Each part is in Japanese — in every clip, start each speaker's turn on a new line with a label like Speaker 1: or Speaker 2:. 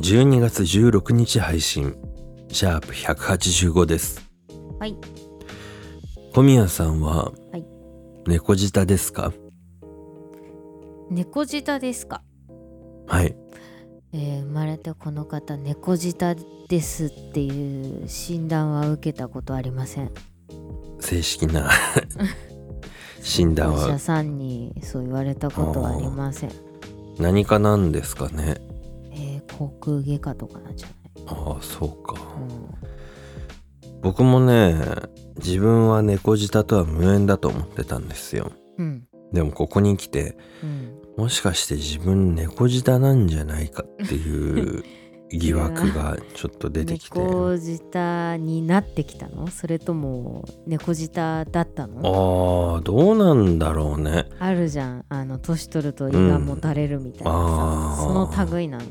Speaker 1: 12月16日配信シャープ185です
Speaker 2: はい
Speaker 1: 小宮さんは
Speaker 2: はい
Speaker 1: 猫舌ですか
Speaker 2: 猫舌ですか、
Speaker 1: はい
Speaker 2: えー生まれてこの方猫舌ですっていう診断は受けたことありません。
Speaker 1: 正 式な診
Speaker 2: お
Speaker 1: 断
Speaker 2: 医者
Speaker 1: は
Speaker 2: さんにそう言われたことはありません。
Speaker 1: 何かなんですかね
Speaker 2: えー、航空外科とかなんじゃない
Speaker 1: ああそうか
Speaker 2: うん
Speaker 1: 僕もね自分は猫舌とは無縁だと思ってたんですよ
Speaker 2: うん
Speaker 1: でもここに来て
Speaker 2: うん
Speaker 1: もしかして自分猫舌なんじゃないかっていう疑惑がちょっと出てきて
Speaker 2: 猫舌になってきたのそれとも猫舌だったの
Speaker 1: ああどうなんだろうね
Speaker 2: あるじゃんあの年取ると胃がもたれるみたいな
Speaker 1: うんあ
Speaker 2: さ、
Speaker 1: ー
Speaker 2: その類なの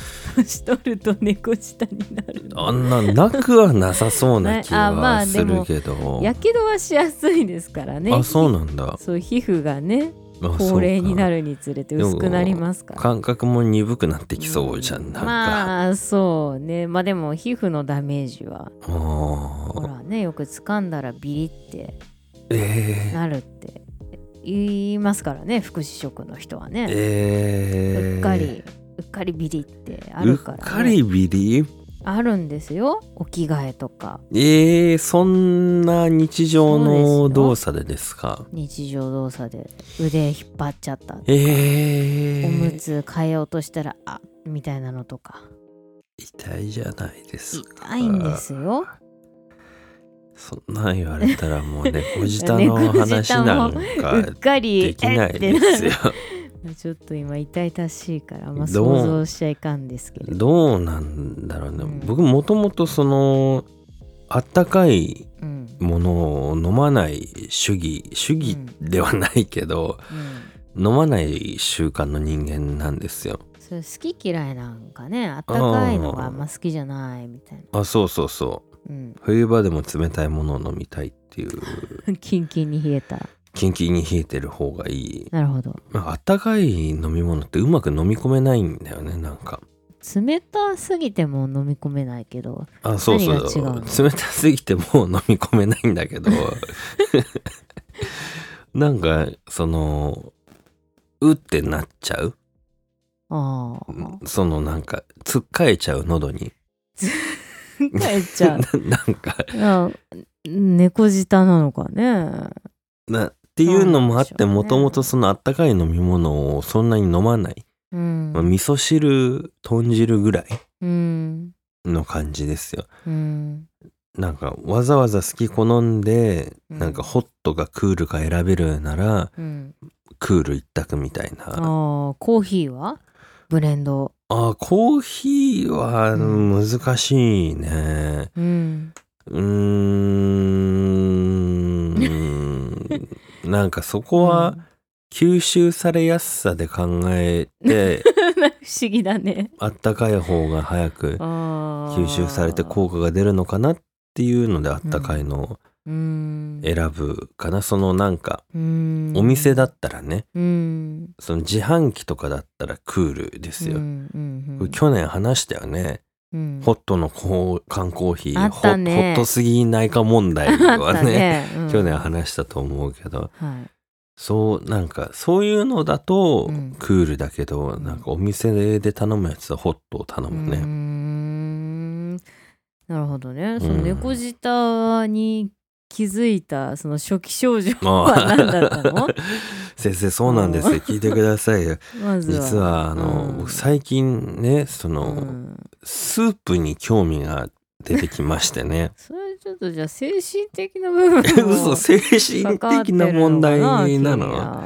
Speaker 2: 年取ると猫舌になるの
Speaker 1: あんななくはなさそうな気
Speaker 2: あま
Speaker 1: は
Speaker 2: あ
Speaker 1: す
Speaker 2: で
Speaker 1: る
Speaker 2: も
Speaker 1: けど
Speaker 2: やけどはしやすいですからね
Speaker 1: あそうなんだ
Speaker 2: そう皮膚がね
Speaker 1: あ
Speaker 2: 高齢にな
Speaker 1: る
Speaker 2: るにつれて薄くなりますから
Speaker 1: 感覚も鈍くなってきそうじゃんなんか、あ
Speaker 2: まあそうねまあでも皮膚のダメージは
Speaker 1: ー
Speaker 2: ほらねよく掴んだらビリって
Speaker 1: えー、
Speaker 2: なるって言いますからね福祉職の人はね、
Speaker 1: えー、
Speaker 2: うっかりうっかりビリってあ
Speaker 1: う
Speaker 2: る
Speaker 1: っ
Speaker 2: から、ね、
Speaker 1: かりビリ
Speaker 2: あるんですよお着替えとか
Speaker 1: えー、そんな日常
Speaker 2: そ
Speaker 1: の
Speaker 2: うですよ
Speaker 1: 動作でですか
Speaker 2: 日常動作で腕引っ張っちゃった、
Speaker 1: えー、
Speaker 2: おむつ変えようとしたらあみたいなのとか
Speaker 1: 痛いじゃないですか
Speaker 2: 痛いんですよ
Speaker 1: そんなん言われたらもう 猫舌の話なん
Speaker 2: うっ
Speaker 1: か
Speaker 2: かり
Speaker 1: できない
Speaker 2: えって
Speaker 1: で
Speaker 2: なる
Speaker 1: すよ
Speaker 2: ちょっと今痛々しいからあんま想
Speaker 1: どう
Speaker 2: 像しちゃいかんですけど
Speaker 1: どうなんだろうね、
Speaker 2: うん
Speaker 1: 僕もともとそのあったかい
Speaker 2: うん
Speaker 1: ものを飲まない主義主義ではないけど、
Speaker 2: うん
Speaker 1: 飲まない習慣の人間なんですよ
Speaker 2: それ好き嫌いなんかねあったかいのがあんま好きじゃないみたいな、
Speaker 1: あそうそうそう
Speaker 2: うん、
Speaker 1: 冬場でも冷たいものを飲みたいっていう
Speaker 2: キンキンに冷えた
Speaker 1: キンキンに冷えてる方がいい、
Speaker 2: なるほど
Speaker 1: まあ、あったかい飲み物ってうまく飲み込めないんだよねなんか
Speaker 2: 冷たすぎても飲み込めないけど
Speaker 1: あそうそ
Speaker 2: 何が違う
Speaker 1: う冷たすぎてもう飲み込めないんだけど なんかそのうってなっちゃう
Speaker 2: ああ
Speaker 1: そのなんかつっかえちゃう喉に
Speaker 2: 帰っちゃ
Speaker 1: ななんか
Speaker 2: ういや猫舌なのかね
Speaker 1: なっていうのもあっ
Speaker 2: そ
Speaker 1: て
Speaker 2: うなんでしょうね
Speaker 1: もともとそのあったかい飲み物をそんなに飲まない、
Speaker 2: うん
Speaker 1: まあ、味噌汁豚汁ぐらい
Speaker 2: うん
Speaker 1: の感じですよ
Speaker 2: うん
Speaker 1: なんかわざわざ好き好んで、
Speaker 2: うん
Speaker 1: なんかホットかクールか選べるなら
Speaker 2: うん
Speaker 1: クール一択みたい
Speaker 2: あ
Speaker 1: な
Speaker 2: あコーヒーはブレンド
Speaker 1: あーコーヒーは
Speaker 2: うん
Speaker 1: 難しいね
Speaker 2: うん
Speaker 1: うー んなんかそこは吸収されやすさで考えて
Speaker 2: うん不思議だね
Speaker 1: あったかい方が早く吸
Speaker 2: 吸
Speaker 1: 収されて効果が出るのかなっていうのであったかいのを
Speaker 2: うん
Speaker 1: 選ぶかな、そのなんか
Speaker 2: うん
Speaker 1: お店だったらね
Speaker 2: うん
Speaker 1: その自販機とかだったらクールですよ、
Speaker 2: うんうん
Speaker 1: これ去年話したよね、
Speaker 2: うん
Speaker 1: ホットのこう缶コーヒー
Speaker 2: あったね
Speaker 1: ホホットすぎないか問題
Speaker 2: あった
Speaker 1: はね
Speaker 2: ね、うん
Speaker 1: 去年話したと思うけど
Speaker 2: はい
Speaker 1: そうなんかそういうのだと
Speaker 2: うん
Speaker 1: クールだけど、なんかお店で頼むやつはホットを頼
Speaker 2: うー
Speaker 1: むね、
Speaker 2: んなるほどねその
Speaker 1: うん
Speaker 2: 猫舌に気づいたその初期症状
Speaker 1: あ
Speaker 2: は何だったの
Speaker 1: 先生そうなんですよ聞いてくださ いよ
Speaker 2: まずは
Speaker 1: 実はあの、
Speaker 2: うん
Speaker 1: 僕最近ねその、
Speaker 2: うん、
Speaker 1: スープに興味が出てきましてね
Speaker 2: それちょっとじゃあ精神 的な部分
Speaker 1: え嘘精神的な問題なの
Speaker 2: の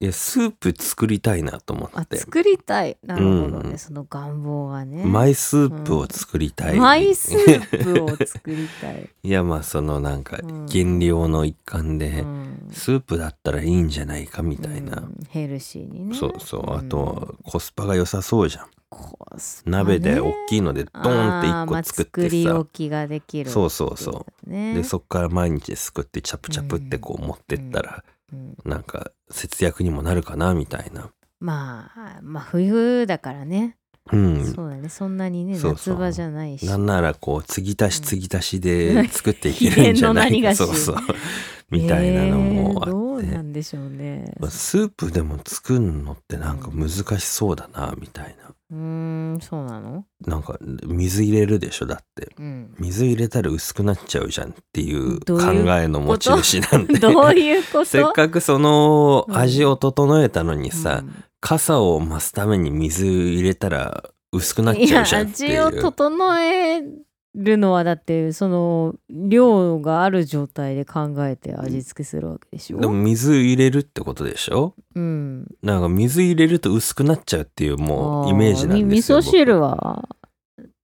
Speaker 1: いやスープ作りたいなと思
Speaker 2: あ
Speaker 1: って
Speaker 2: 作りたいなるほどね、
Speaker 1: うん
Speaker 2: その願望がね
Speaker 1: マイスープを作りたい、
Speaker 2: マイスープを作りたい、
Speaker 1: いやまあそのなんか
Speaker 2: うん
Speaker 1: 減量の一環で
Speaker 2: うん
Speaker 1: スープだったらいいんじゃないかみたいな、
Speaker 2: うんヘルシーにね
Speaker 1: そうそうあ
Speaker 2: うん
Speaker 1: とコスパが良さそうじゃん
Speaker 2: コスパね
Speaker 1: 鍋で大きいのでドーンって
Speaker 2: あー
Speaker 1: 1
Speaker 2: まあ
Speaker 1: 個作っ
Speaker 2: 作
Speaker 1: て
Speaker 2: り
Speaker 1: さ
Speaker 2: 置きができる
Speaker 1: そうそうそ
Speaker 2: ね
Speaker 1: うでそっから毎日すくってチャプチャプってこう持ってったら
Speaker 2: うん
Speaker 1: なんか節約にもなるかなみたいな
Speaker 2: まあまあ冬だからね、
Speaker 1: うん
Speaker 2: そうだねそんなにね
Speaker 1: そうそう
Speaker 2: 夏場じゃないし
Speaker 1: なんならこう継ぎ足し
Speaker 2: うん
Speaker 1: 継ぎ足しで 作っていけるんじゃな
Speaker 2: 秘伝の何
Speaker 1: い
Speaker 2: が
Speaker 1: か
Speaker 2: し
Speaker 1: そうそうみたいなのも
Speaker 2: えーど
Speaker 1: あっ
Speaker 2: う
Speaker 1: て
Speaker 2: な、んでしょうね
Speaker 1: まあスープでも作るのってなんか難しそうだなみたいな
Speaker 2: うーんそうなの
Speaker 1: なんか水入れるでしょだって
Speaker 2: うん
Speaker 1: 水入れたら薄くなっちゃうじゃんっていう
Speaker 2: ど
Speaker 1: 考
Speaker 2: ういう
Speaker 1: えの持ち主なんで
Speaker 2: どういうこと
Speaker 1: せっかくその
Speaker 2: うん
Speaker 1: 味を整えたのにさ、
Speaker 2: うん
Speaker 1: 傘を増すために水入れたら薄くなっちゃうじゃんってい
Speaker 2: いうや味を整えるのはだってその量がある状態で考えて味付けするわけでしょ、
Speaker 1: でも水入れるってことでしょ
Speaker 2: うん、
Speaker 1: なんか水入れると薄くなっちゃうっていうもうイメージな
Speaker 2: あー
Speaker 1: ん
Speaker 2: み
Speaker 1: ですよ
Speaker 2: 味噌汁は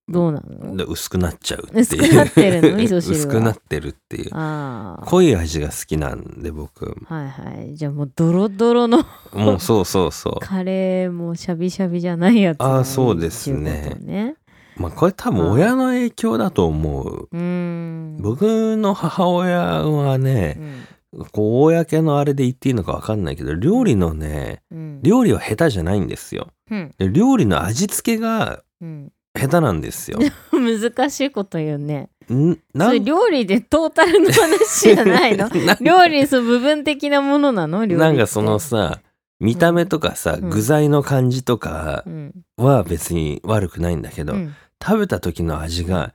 Speaker 2: どうなの
Speaker 1: 僕で薄くなっちゃうっ
Speaker 2: 薄
Speaker 1: ていう
Speaker 2: くなって るの味噌汁は
Speaker 1: 薄くなってるっていう
Speaker 2: ああ
Speaker 1: 濃い味が好きなんで僕
Speaker 2: はいはいじゃあもうドロドロの
Speaker 1: もうそうそうそ
Speaker 2: カレーもシャビシャビじゃないやつがいい
Speaker 1: あーそうですね
Speaker 2: っていうことね
Speaker 1: うまあこれ多分親の影響だと思う
Speaker 2: うーん
Speaker 1: 僕の母親はね
Speaker 2: うん
Speaker 1: こう公のあれで言っていいのか分かんないけど料理のね
Speaker 2: うん
Speaker 1: 料理は下手じゃないんですよ
Speaker 2: うん
Speaker 1: で料理の味付けが
Speaker 2: うん
Speaker 1: 下手なんです よ
Speaker 2: 難しいこと言うね
Speaker 1: んな
Speaker 2: それ
Speaker 1: ん
Speaker 2: 料理でトータルの話じゃないの
Speaker 1: なん
Speaker 2: 料理その部分的なものなの料理って
Speaker 1: なんかそのさ見た目とかさ、
Speaker 2: うん
Speaker 1: 具材の感じとか
Speaker 2: うん
Speaker 1: は別に悪くないんだけど、
Speaker 2: うん
Speaker 1: 食べた時の味が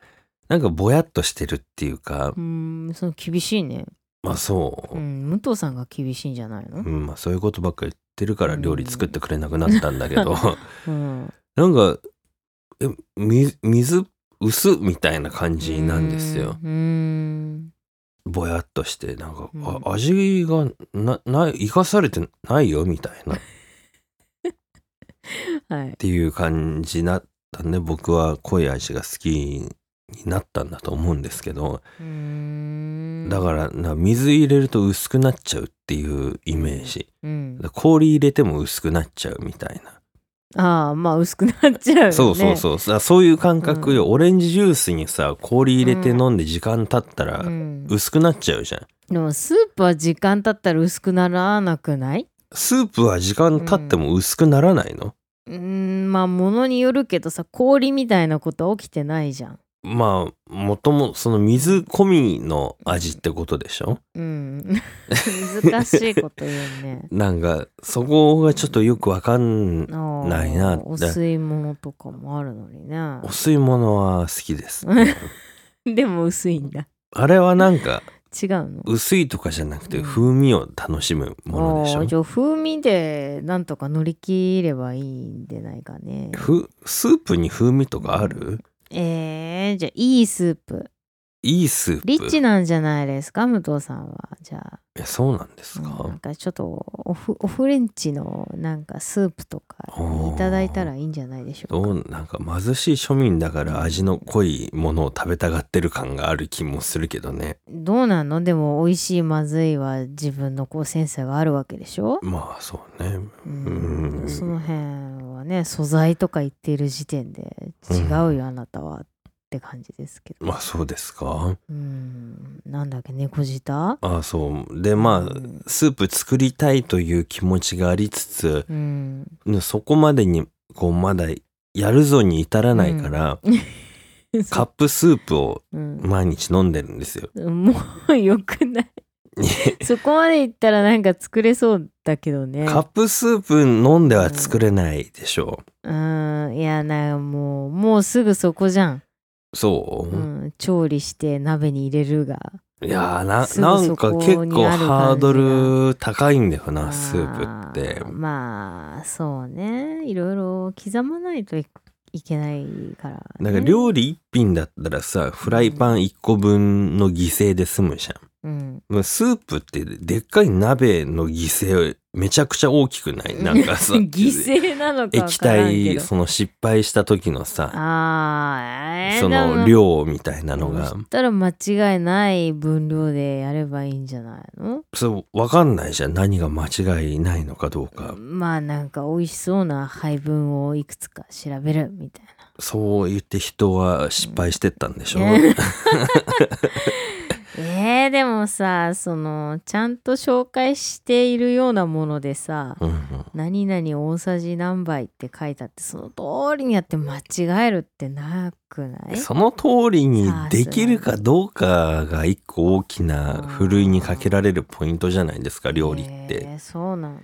Speaker 1: なんかぼやっとしてるっていうか、
Speaker 2: うーんその厳しいね
Speaker 1: まあそう
Speaker 2: う、ん武藤さんが厳しいんじゃないの
Speaker 1: うんまあ、そういうことばっかり言ってるから
Speaker 2: うん
Speaker 1: 料理作ってくれなくなったんだけ ど、
Speaker 2: うん
Speaker 1: なんかえみ水薄みたいな感じなんですよ。
Speaker 2: うーん
Speaker 1: ぼやっとしてなんか、
Speaker 2: うん
Speaker 1: あ味がなない生かされてないよみたいなっ
Speaker 2: うーんはい
Speaker 1: ていう感じだったんで僕は濃い味が好きになったんだと思うんですけど
Speaker 2: うーん
Speaker 1: だからな水入れると薄くなっちゃうっていうイメージ
Speaker 2: うん、
Speaker 1: 氷入れても薄くなっちゃうみたいな、
Speaker 2: ああまあ薄くなっちゃうよね
Speaker 1: そうそうそうさそういう感覚よ、オレンジジュースにさ氷入れて飲んで時間経ったら
Speaker 2: うん
Speaker 1: 薄くなっちゃうじゃん
Speaker 2: でもスープは時間経ったら薄くならなくない
Speaker 1: スープは時間経っても薄くならないの、
Speaker 2: うーんまあものによるけどさ氷みたいなことは起きてないじゃん
Speaker 1: まあもともその水込みの味ってことでしょ
Speaker 2: うん難しいこと言うね
Speaker 1: なんかそこがちょっとよくわかん
Speaker 2: あー
Speaker 1: ないな
Speaker 2: お吸い物とかもあるのにね
Speaker 1: お吸い物は好きです
Speaker 2: でも薄いんだ
Speaker 1: あれはなんか
Speaker 2: 違うの
Speaker 1: 薄いとかじゃなくて
Speaker 2: うん
Speaker 1: 風味を楽しむものでし
Speaker 2: あー
Speaker 1: ょ
Speaker 2: じゃあ風味でなんとか乗り切ればいいんでないかね
Speaker 1: ふスープに風味とかある
Speaker 2: えー、じゃあいいスープ
Speaker 1: いいスープ
Speaker 2: リッチなんじゃないですか武藤さんはじゃあ
Speaker 1: えそうなんです
Speaker 2: うんなん
Speaker 1: か、
Speaker 2: かちょっとオフオフレンチのなんかスープとか
Speaker 1: おー
Speaker 2: いただいたらいいんじゃないでしょうか
Speaker 1: どうなんか貧しい庶民だから味の濃いものを食べたがってる感がある気もするけどね
Speaker 2: どうなのでも美味しいまずいは自分のこうセンスがあるわけでしょ、
Speaker 1: まあそうね
Speaker 2: うん
Speaker 1: うん
Speaker 2: その辺はね素材とか言っている時点で違うよ、あなたはって感じですけど、
Speaker 1: まあそうですか
Speaker 2: うんなんだっけ猫舌
Speaker 1: ああそうでまあ
Speaker 2: うん
Speaker 1: スープ作りたいという気持ちがありつつ
Speaker 2: うん
Speaker 1: ねそこまでにこうまだやるぞに至らないから、カップスープを
Speaker 2: うん
Speaker 1: 毎日飲んでるんですよ。
Speaker 2: もう良くない そこまでいったらなんか作れそうだけどね
Speaker 1: カップスープ飲んでは作れないでしょ
Speaker 2: うんいやなんかもうもうすぐそこじゃん、
Speaker 1: う。そうう、
Speaker 2: ん調理して鍋に入れるが
Speaker 1: いやーな
Speaker 2: すぐそこ
Speaker 1: なんか結
Speaker 2: に
Speaker 1: 構
Speaker 2: ある感じが
Speaker 1: ハードル高いんだよ
Speaker 2: あー
Speaker 1: なスープって。
Speaker 2: まあそうねいろいろ刻まないといいけないから、ね、
Speaker 1: なんか料理一品だったらさフライパン1個分の犠牲で済むじゃん。
Speaker 2: うん、
Speaker 1: もうスープってでっかい鍋の犠牲めちゃくちゃ大きくないなんかさ
Speaker 2: 犠牲なのかわ
Speaker 1: 液
Speaker 2: からんけ
Speaker 1: 体
Speaker 2: ど
Speaker 1: その失敗した時のさ
Speaker 2: あーえー
Speaker 1: そ
Speaker 2: でも
Speaker 1: の量みたいなのが
Speaker 2: そしたら間違いない分量でやればいいんじゃないの
Speaker 1: そう分かんないじゃん何が間違いないのかどうか
Speaker 2: まあなんか美味しそうな配分をいくつか調べるみたいな
Speaker 1: そう言って人は失敗してったんでしょ
Speaker 2: えー、でもさそのちゃんと紹介しているようなものでさ
Speaker 1: うん
Speaker 2: 「何々大さじ何杯」って書いてあってその通りにやって間違えるってなくな
Speaker 1: うん
Speaker 2: い
Speaker 1: その通りにできるかどうかが一個大きなふるいにかけられるポイントじゃないですか料理って
Speaker 2: えーそうなんだ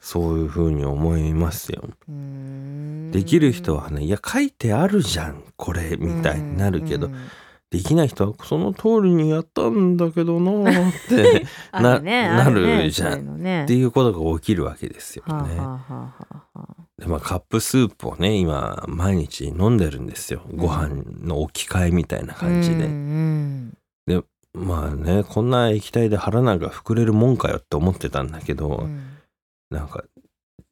Speaker 1: そういうふうに思いますよ
Speaker 2: うーん
Speaker 1: できる人はねいや書いてあるじゃんこれみたいになるけど、
Speaker 2: うんうん
Speaker 1: できない人はその通りにやったんだけどなーって
Speaker 2: あ
Speaker 1: な
Speaker 2: るね
Speaker 1: なる
Speaker 2: あね
Speaker 1: じゃん
Speaker 2: そういうのね
Speaker 1: っていうことが起きるわけですよ
Speaker 2: はあは
Speaker 1: ね。
Speaker 2: あはあはあ
Speaker 1: でまあ、カップスープをね今毎日飲んでるんですよご飯の置き換えみたいな感じで、
Speaker 2: うん
Speaker 1: まあねこんな液体で腹なんか膨れるもんかよって思ってたんだけど、
Speaker 2: うんうん
Speaker 1: なんか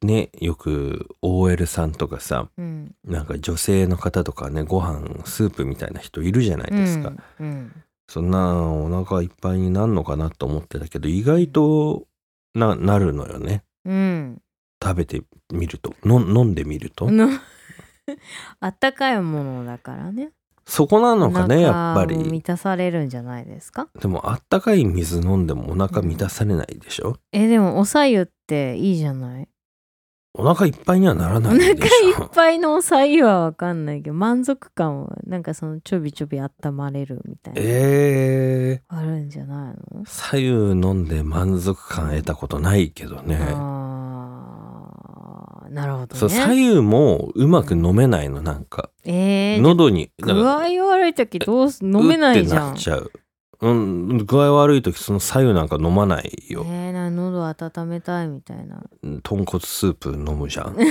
Speaker 1: ねよく OL さんとかさ
Speaker 2: うん
Speaker 1: なんか女性の方とかねご飯スープみたいな人いるじゃないですか、
Speaker 2: うんうん
Speaker 1: そんなお腹いっぱいになんのかなと思ってたけど意外とななるのよね
Speaker 2: うん
Speaker 1: 食べてみるとの飲んでみると、
Speaker 2: あの あったかいものだからね
Speaker 1: そこなのかね
Speaker 2: お
Speaker 1: やっ
Speaker 2: 腹
Speaker 1: ぱ
Speaker 2: も満
Speaker 1: り
Speaker 2: たされるんじゃないですか
Speaker 1: でもあったかい水飲んでもお腹満たされないでしょ、
Speaker 2: えでもおさゆっていいじゃない
Speaker 1: お腹いっぱいにはなら
Speaker 2: お
Speaker 1: な
Speaker 2: 腹い
Speaker 1: い
Speaker 2: っ
Speaker 1: でしょ
Speaker 2: ぱいのおさゆはわかんないけど満足感はなんかそのちょびちょび温まれるみたいな
Speaker 1: えー、
Speaker 2: あるんじゃないの
Speaker 1: 左右飲んで満足感得たことないけどね
Speaker 2: あーなるほど
Speaker 1: そう左
Speaker 2: ね
Speaker 1: 右もうまく飲めないのなんか
Speaker 2: えー、
Speaker 1: 喉に
Speaker 2: 具
Speaker 1: なんか
Speaker 2: 合悪い時どうす飲めないじゃ
Speaker 1: うってなっ
Speaker 2: ん
Speaker 1: ちゃううん具合悪い時その左右なんか飲まないよ
Speaker 2: えー、な喉温めたいみたいな
Speaker 1: 豚骨スープ飲むじゃん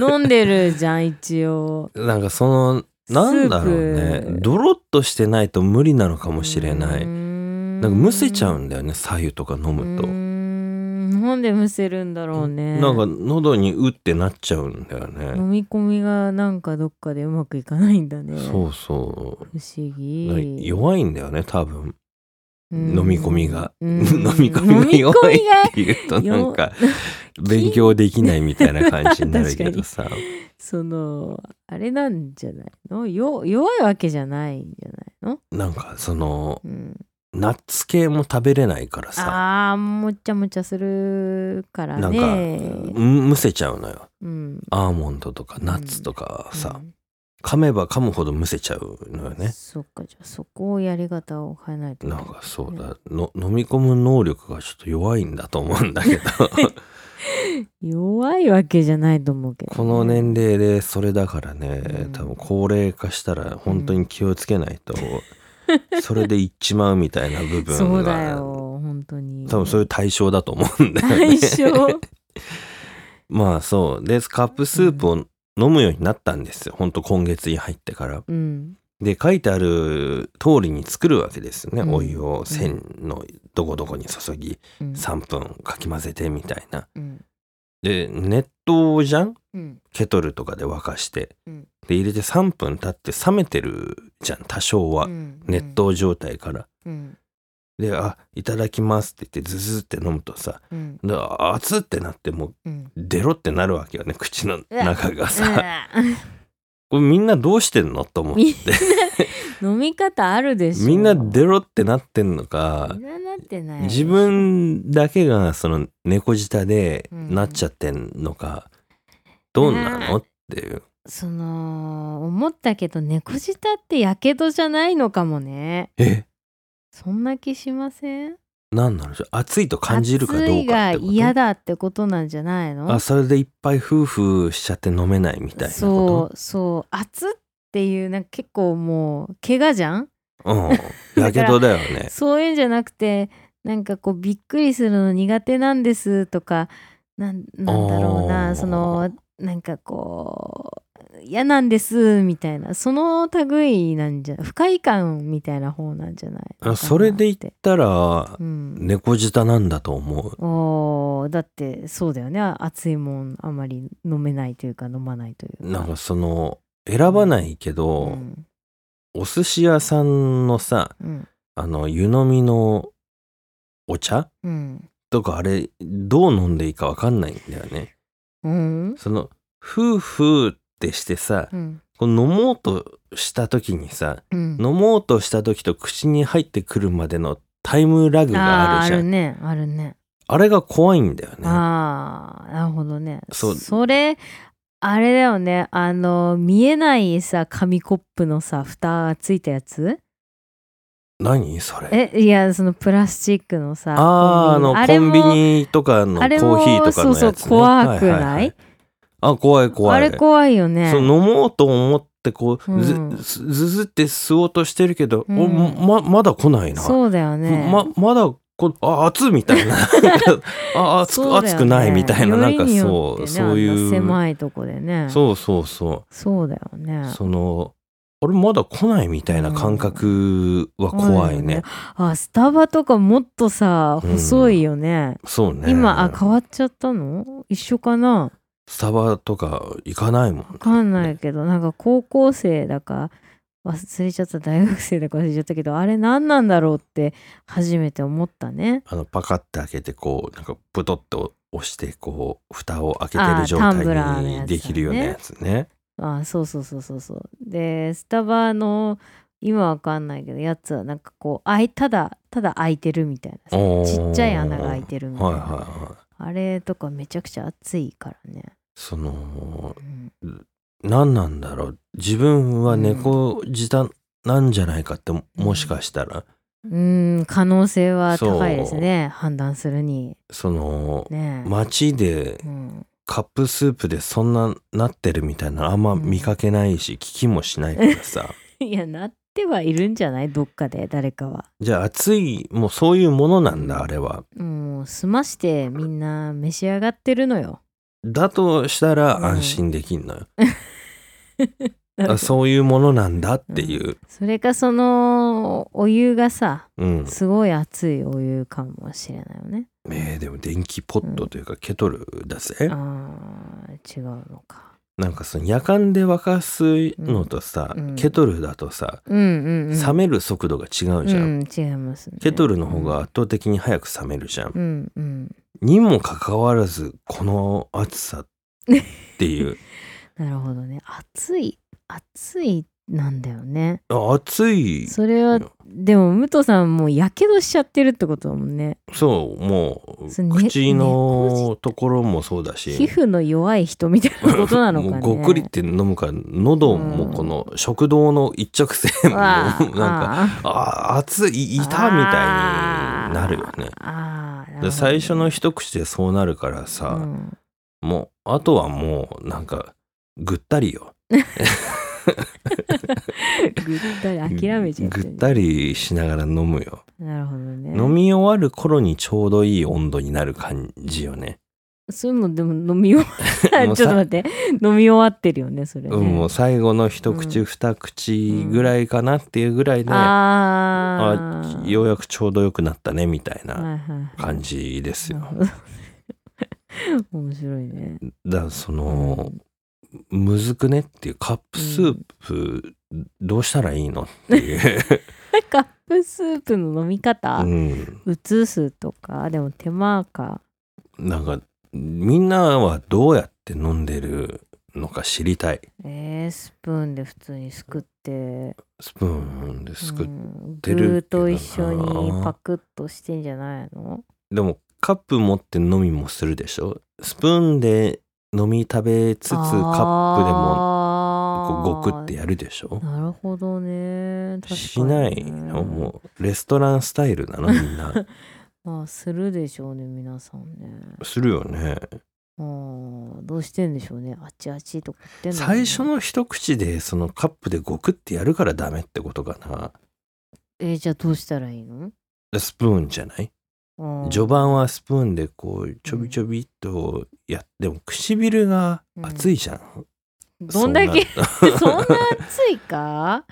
Speaker 2: 飲んでるじゃん一応
Speaker 1: なんかそのなんだろうね
Speaker 2: スープ
Speaker 1: ドロッとしてないと無理なのかもしれない
Speaker 2: な
Speaker 1: なんかむせちゃう
Speaker 2: だ
Speaker 1: んだよね左右とか飲
Speaker 2: う
Speaker 1: む
Speaker 2: ー
Speaker 1: と
Speaker 2: んなんでむせるんだろうね
Speaker 1: なんか喉にうってなっちゃうんだよね
Speaker 2: 飲み込みがなんかどっかでうまくいかないんだね不
Speaker 1: そうそう
Speaker 2: 思
Speaker 1: なん
Speaker 2: 議
Speaker 1: か弱いんだよね多分
Speaker 2: うん
Speaker 1: 飲み込みが
Speaker 2: うん
Speaker 1: 飲み込みが弱い
Speaker 2: 飲み込みが
Speaker 1: っていうとなんか勉強で きないみたいな感じになるけど さ
Speaker 2: そのあれなんじゃないのよ弱いわけじゃないんじゃないの、
Speaker 1: なんかその
Speaker 2: うん、
Speaker 1: ナッツ系も食べれないからさ
Speaker 2: あーもっちゃもちゃするから
Speaker 1: なんか
Speaker 2: ね
Speaker 1: むむせちゃうのよ
Speaker 2: うん
Speaker 1: アーモンドとかナッツとかはさ、
Speaker 2: うん
Speaker 1: 噛めば噛むほどむせちゃうのよね
Speaker 2: そっかじゃあそこをやり方を変えないと
Speaker 1: なんかそうだの飲み込む能力がちょっと弱いんだと思うんだけ ど
Speaker 2: 弱いわけじゃないと思うけど
Speaker 1: この年齢でそれだからね
Speaker 2: うん
Speaker 1: 多分高齢化したら本当に気をつけない と、それでいっちまうみたいな部分が
Speaker 2: そうだよ本当に
Speaker 1: 多分そういう対象だと思うんだよ
Speaker 2: 対
Speaker 1: ね
Speaker 2: 象
Speaker 1: まあそうでカップスープを飲むようになったんですよほんと今月に入ってから
Speaker 2: うん
Speaker 1: で書いてある通りに作るわけですよね、
Speaker 2: うん
Speaker 1: お湯を線のどこどこに注ぎ
Speaker 2: うん
Speaker 1: 3分かき混ぜてみたいな
Speaker 2: うん
Speaker 1: で熱湯じゃん
Speaker 2: うん
Speaker 1: ケトルとかで沸かして
Speaker 2: うん
Speaker 1: で入れて3分経って冷めてるじゃん多少は
Speaker 2: うん
Speaker 1: 熱湯状態から
Speaker 2: うん
Speaker 1: で「あいただきます」って言ってズズって飲むとさ
Speaker 2: うん
Speaker 1: であ熱ってなってもう
Speaker 2: うん
Speaker 1: デロってなるわけよね口の中が
Speaker 2: う
Speaker 1: さ
Speaker 2: わ
Speaker 1: これみんなどうしてんのと思って
Speaker 2: みん飲み方あるでしょ
Speaker 1: みんなデロってなってんのか
Speaker 2: みんななってない
Speaker 1: 自分だけがその猫舌で
Speaker 2: うん
Speaker 1: なっちゃってんのかどうなのっていう
Speaker 2: その思ったけど猫舌ってやけどじゃないのかもね
Speaker 1: え
Speaker 2: そんな気しません
Speaker 1: 何なのじゃあ暑いと感じるかどうかってこと
Speaker 2: 暑いが嫌だってことなんじゃないの
Speaker 1: あそれでいっぱい夫婦しちゃって飲めないみたいなこ
Speaker 2: そうそう暑っていうなんか結構もう怪我じゃん
Speaker 1: とうんやけどだよね
Speaker 2: そういうんじゃなくてなんかこうびっくりするの苦手なんですとかなんなんだろう
Speaker 1: あ
Speaker 2: な
Speaker 1: ー
Speaker 2: そのなんかこう嫌なんですみたいなその類なんじゃ不快感みたいな方なんじゃない
Speaker 1: あそれで言っ
Speaker 2: って、
Speaker 1: たら
Speaker 2: うん、
Speaker 1: 猫舌なんだと思う
Speaker 2: おーだってそうだよね熱いもんあまり飲めないというか飲まないというか
Speaker 1: なんかその選ばないけど、
Speaker 2: うん
Speaker 1: お寿司屋さんのさ
Speaker 2: うん
Speaker 1: あの湯飲みのお茶
Speaker 2: うん
Speaker 1: とかあれどう飲んでいいかわかんないんだよね
Speaker 2: うん
Speaker 1: その夫婦ってしてさ、
Speaker 2: うん
Speaker 1: こう飲もうとした時にさ
Speaker 2: うん
Speaker 1: 飲もうとした時と口に入ってくるまでのタイムラグが
Speaker 2: ああー
Speaker 1: ある
Speaker 2: あ
Speaker 1: じゃん
Speaker 2: る
Speaker 1: あ,、
Speaker 2: ねあるね
Speaker 1: れが怖いんだよね
Speaker 2: ああなるほどね
Speaker 1: そう
Speaker 2: れあれだよねあの見えないさ紙コップのさ蓋がついたやつ
Speaker 1: 何それ
Speaker 2: えいやそのプラスチックのさ
Speaker 1: あーあの
Speaker 2: あ
Speaker 1: コ
Speaker 2: れ
Speaker 1: ン
Speaker 2: も
Speaker 1: ビニとかのコ
Speaker 2: あれも
Speaker 1: ーヒーとかのやつ、ね、
Speaker 2: そうそう怖くない
Speaker 1: あ怖い怖い
Speaker 2: あれ怖いよね
Speaker 1: そう飲もうと思ってこう、
Speaker 2: うん
Speaker 1: ずずずずって吸おうとしてるけど、
Speaker 2: うん
Speaker 1: おままだ来ないな、
Speaker 2: そうだよね
Speaker 1: ままだこあ熱いみたい なあ熱く、
Speaker 2: そうだよ
Speaker 1: 熱くないみたいななんか
Speaker 2: よりによ
Speaker 1: そ
Speaker 2: って
Speaker 1: う
Speaker 2: ね
Speaker 1: そうい
Speaker 2: あんな
Speaker 1: う
Speaker 2: 狭いとこでねそう
Speaker 1: そうそうそ
Speaker 2: だよ
Speaker 1: う、
Speaker 2: ね
Speaker 1: そのあれまだ来ないみたいな感覚は怖いね、
Speaker 2: あスタバとかもっとさ
Speaker 1: うん
Speaker 2: 細いよね、
Speaker 1: そうね
Speaker 2: 今あ変わっちゃったの一緒かな
Speaker 1: スタバとか行かないもん
Speaker 2: わかんないけどなんか高校生だか忘れちゃった大学生だか忘れちゃったけどあれ何なんだろうって初めて思ったね
Speaker 1: あのパカッて開けてこうなんかプトッと押してこう蓋を開けて
Speaker 2: あ
Speaker 1: る
Speaker 2: ー
Speaker 1: 状
Speaker 2: タンブラー
Speaker 1: 態
Speaker 2: のやつだね
Speaker 1: にできるようなやつね
Speaker 2: あそうそうそうそうそうでスタバの今わかんないけどやつはなんかこうあいただただ開いてるみたいな
Speaker 1: おー
Speaker 2: ちっちゃい穴が開いてるみたい
Speaker 1: はい
Speaker 2: な、
Speaker 1: はいはい
Speaker 2: あれとかめちゃくちゃ暑いからね、
Speaker 1: その
Speaker 2: うん
Speaker 1: 何なんだろう自分は猫舌なんじゃないかっても
Speaker 2: うん
Speaker 1: もしかしたら
Speaker 2: うーん可能性は高いですね判断するに
Speaker 1: その
Speaker 2: ね
Speaker 1: 街で
Speaker 2: うん、
Speaker 1: カップスープでそんななってるみたいなのあんま見かけないし聞きもしないから さ
Speaker 2: いやなってはいるんじゃないどっかで誰かは
Speaker 1: じゃあ暑いもうそういうものなんだあれは
Speaker 2: もう済ましてみんな召し上がってるのよ
Speaker 1: だとした
Speaker 2: うん
Speaker 1: ら安心できんの よ、あそういうものなんだっていう、
Speaker 2: それかそのお湯がさ
Speaker 1: うん
Speaker 2: すごい熱いお湯かもしれないよね
Speaker 1: えーでも電気ポットというかケトルだぜ、
Speaker 2: あー違うのか
Speaker 1: なんかその夜間で沸かすのとさ、
Speaker 2: うん
Speaker 1: ケトルだとさ
Speaker 2: うんうんうん
Speaker 1: 冷める速度が違うじゃん、
Speaker 2: うん違いますね
Speaker 1: ケトルの方が圧倒的に早く冷めるじゃん、
Speaker 2: うんうん
Speaker 1: にもかかわらずこの暑さって いう
Speaker 2: なるほどね暑い暑いなんだよね
Speaker 1: あ暑い
Speaker 2: それはでも武藤さんもうやけどしちゃってるってことだもんね
Speaker 1: そうも
Speaker 2: そうれね
Speaker 1: 口のところもそうだし
Speaker 2: 皮膚の弱い人みたいなことなのかね
Speaker 1: もうごっくりって飲むから喉もこの食道の一直線も な
Speaker 2: わあ
Speaker 1: んか
Speaker 2: ああ
Speaker 1: あ熱いいたみたいになるよね。
Speaker 2: あー。あーなるほど
Speaker 1: で
Speaker 2: ね
Speaker 1: 最初の一口でそうなるから
Speaker 2: う
Speaker 1: さ、
Speaker 2: ん
Speaker 1: もうあとはもうなんかぐったりよ
Speaker 2: ぐったり諦めちゃって
Speaker 1: ぐ
Speaker 2: る
Speaker 1: ったりしながら飲むよ、
Speaker 2: なるほどね。
Speaker 1: 飲み終わる頃にちょうどいい温度になる感じよね、
Speaker 2: それもでも飲み終わ
Speaker 1: もう
Speaker 2: ち
Speaker 1: さ
Speaker 2: ょっと待って飲み終わってるよねそれね。
Speaker 1: うん、もう最後の一
Speaker 2: う
Speaker 1: 口二口ぐらいかなっていうぐらいで、
Speaker 2: あ
Speaker 1: あ
Speaker 2: あ。
Speaker 1: ようやくちょうどよくなったねみたいな
Speaker 2: はいはいはい
Speaker 1: 感じですよ。
Speaker 2: なるほど面白いね。
Speaker 1: だからその
Speaker 2: う、
Speaker 1: むずくねっていうカップスープどうしたらいいのって いう、
Speaker 2: カップスープの飲み
Speaker 1: う
Speaker 2: 方、
Speaker 1: ん、
Speaker 2: 移すとかでも手間か。
Speaker 1: なんかみんなはどうやって飲んでるのか知りたい
Speaker 2: えー、スプーンで普通にすくって
Speaker 1: スプーンですく、
Speaker 2: って
Speaker 1: てる
Speaker 2: 具
Speaker 1: けど
Speaker 2: と
Speaker 1: な
Speaker 2: 一緒にパクッとしてんじゃないの
Speaker 1: でもカップ持って飲みもするでしょスプーンで飲み食べつつカップでもこう
Speaker 2: も
Speaker 1: ごくってやるでしょ
Speaker 2: なるほどね確かにね
Speaker 1: しないのもうレストランスタイルなのみ んな
Speaker 2: まあするでしょうね皆さんね
Speaker 1: するよね
Speaker 2: あーどうしてんでしょうねあっちあっちとか言ってんのかな
Speaker 1: 最初の一口でそのカップでゴクってやるからダメってことかな
Speaker 2: えーじゃあどうしたらいいの
Speaker 1: でスプーンじゃない
Speaker 2: あー
Speaker 1: 序盤はスプーンでこうちょびちょびっとやっても唇が熱いじゃん、
Speaker 2: どんだけ
Speaker 1: そうな った
Speaker 2: そんな暑い か、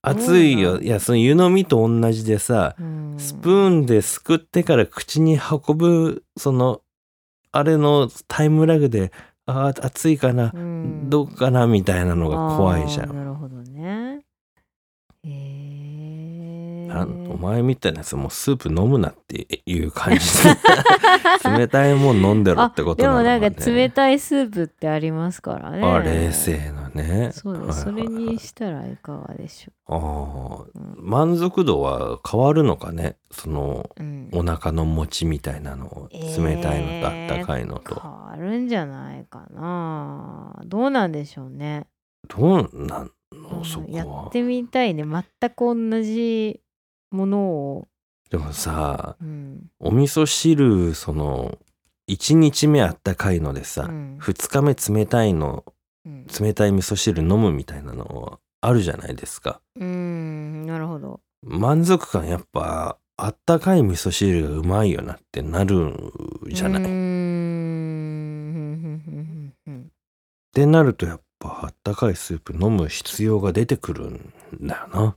Speaker 1: 熱いよいやその湯飲みと同じでさ
Speaker 2: うん、
Speaker 1: スプーンですくってから口に運ぶそのあれのタイムラグであー熱いかな
Speaker 2: うん
Speaker 1: どうかなみたいなのが怖いじゃ
Speaker 2: あー
Speaker 1: ん。
Speaker 2: なるほどね。へえ
Speaker 1: あお前みたいなやつもうスープ飲むなっていう感じ で冷たいもん飲んでろってこと
Speaker 2: で
Speaker 1: なの
Speaker 2: も
Speaker 1: か、ね、
Speaker 2: なんか冷たいスープってありますからね。
Speaker 1: あ冷静なね
Speaker 2: そう
Speaker 1: は
Speaker 2: で
Speaker 1: い
Speaker 2: す。そ
Speaker 1: はい
Speaker 2: れにしたらいかがでしょ
Speaker 1: あー
Speaker 2: う。うん
Speaker 1: 満足度は変わるのかねその
Speaker 2: うん
Speaker 1: お腹の餅みたいなのを冷たいのとあったかいのと、
Speaker 2: 変わるんじゃないかなどうなんでしょうね、
Speaker 1: どうなん
Speaker 2: う
Speaker 1: の
Speaker 2: ん
Speaker 1: そ
Speaker 2: や
Speaker 1: こ
Speaker 2: っ
Speaker 1: は
Speaker 2: てみたいね全く同じものを、
Speaker 1: でもさ
Speaker 2: うん
Speaker 1: お味噌汁その1日目あったかいので
Speaker 2: う
Speaker 1: さ、
Speaker 2: ん
Speaker 1: 2日目冷たいの
Speaker 2: うん
Speaker 1: 冷たい味噌汁飲むみたいなのはあるじゃないですか
Speaker 2: うんなるほど
Speaker 1: 満足感やっぱあったかい味噌汁がうまいよなってなるじゃな
Speaker 2: うー
Speaker 1: い。っ
Speaker 2: んふんふんふんふん
Speaker 1: てなるとやっぱあったかいスープ飲む必要が出てくるんだよな。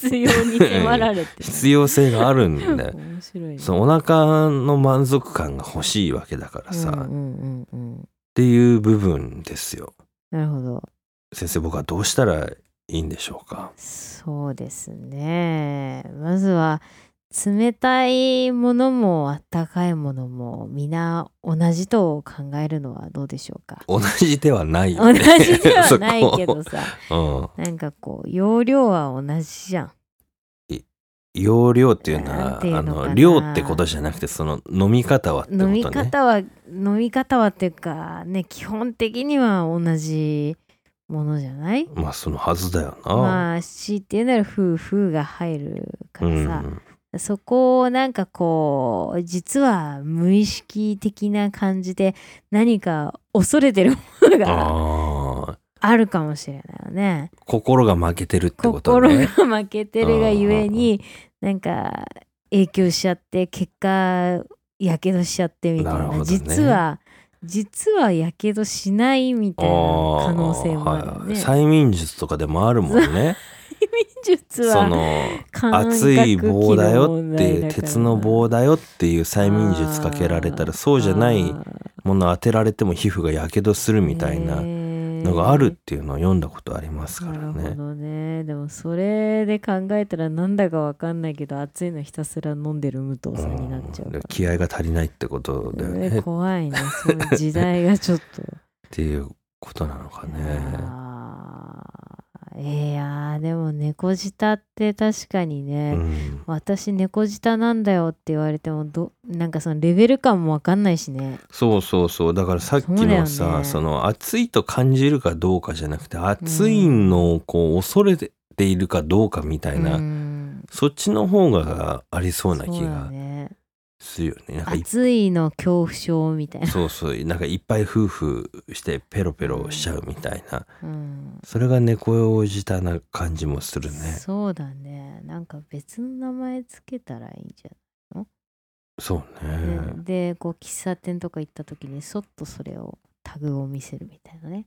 Speaker 2: 必要に迫られて。
Speaker 1: 必要性があるんだよ
Speaker 2: 面白いね
Speaker 1: そうお腹の満足感が欲しいわけだからさ、
Speaker 2: うん
Speaker 1: っ
Speaker 2: うんうんうん
Speaker 1: ていう部分ですよ。
Speaker 2: なるほど
Speaker 1: 先生僕はどうしたらいいんでしょうか
Speaker 2: そうですねまずは冷たいものもあったかいものも皆同じと考えるのはどうでしょうか
Speaker 1: 同じではないよ
Speaker 2: 同
Speaker 1: ね。
Speaker 2: じではないけど
Speaker 1: そ
Speaker 2: さ
Speaker 1: こ。
Speaker 2: なんかこう容量は同じじゃん
Speaker 1: うん、容量っていうの
Speaker 2: なん
Speaker 1: は
Speaker 2: ていう
Speaker 1: あ
Speaker 2: のかな
Speaker 1: の量ってことじゃなくてその飲み方はってこと
Speaker 2: 飲
Speaker 1: ね。
Speaker 2: み方は飲み方はっていうかね基本的には同じものじゃない
Speaker 1: まあそのはずだよな。
Speaker 2: まあ強いて言うなら夫婦が入るか
Speaker 1: う
Speaker 2: ら
Speaker 1: ん
Speaker 2: さ、そこをなんかこう実は無意識的な感じで何か恐れてるものが
Speaker 1: ああ
Speaker 2: あるかもしれないよね。
Speaker 1: 心が負けてるってこと
Speaker 2: 心が
Speaker 1: ね。
Speaker 2: 負けてるがゆえになんか影響しちゃって結果やけどしちゃってみたいな
Speaker 1: なるほどね
Speaker 2: 実は実はやけどしないみたいな可能性もあるよ
Speaker 1: はい
Speaker 2: ね。 催
Speaker 1: 催眠術とかでもあるもん ね。
Speaker 2: 眠術
Speaker 1: そ
Speaker 2: は
Speaker 1: の
Speaker 2: 感覚
Speaker 1: 熱い棒だよっ
Speaker 2: 器の問題
Speaker 1: て
Speaker 2: だから
Speaker 1: 鉄の棒だよっていう催眠術かけられたらそうじゃないもの当てられても皮膚がやけどするみたいなの
Speaker 2: の
Speaker 1: があるっていうのを読んだことありますか
Speaker 2: な
Speaker 1: ら
Speaker 2: るほ
Speaker 1: ね。
Speaker 2: どねでもそれで考えたらなんだかわかんないけど熱いのひたすら飲んでる武藤さんになっちゃう
Speaker 1: うん
Speaker 2: か
Speaker 1: で
Speaker 2: ら
Speaker 1: 気合が足りないってことだよね
Speaker 2: それ
Speaker 1: っ
Speaker 2: 怖いねその時代がちょっと
Speaker 1: ていうことなのか ね。
Speaker 2: あーいやーでも猫舌って確かに
Speaker 1: う
Speaker 2: ね、
Speaker 1: ん、
Speaker 2: 私猫舌なんだよって言われてもどなんかそのレベル感もわかんないしね
Speaker 1: そうそうそうだからさっきの
Speaker 2: そうだ
Speaker 1: さ
Speaker 2: よ
Speaker 1: そ,、
Speaker 2: ね
Speaker 1: の暑いと感じるかどうかじゃなくて暑いのをこう恐れているかどうかみたいな、
Speaker 2: うん
Speaker 1: そっちの方がありそうな
Speaker 2: そ
Speaker 1: 気
Speaker 2: うだ
Speaker 1: が
Speaker 2: ね
Speaker 1: するよね。なんかい
Speaker 2: 暑いの恐怖症みたいな、
Speaker 1: そうそうなんかいっぱい夫婦してペロペロしちゃうみたいな
Speaker 2: うん、
Speaker 1: それが猫舌な感じもするね。
Speaker 2: そうだねなんか別の名前つけたらいいんじ
Speaker 1: そう
Speaker 2: ゃない、
Speaker 1: ね。
Speaker 2: でこう喫茶店とか行った時にそっとそれをタグを見せるみたいなね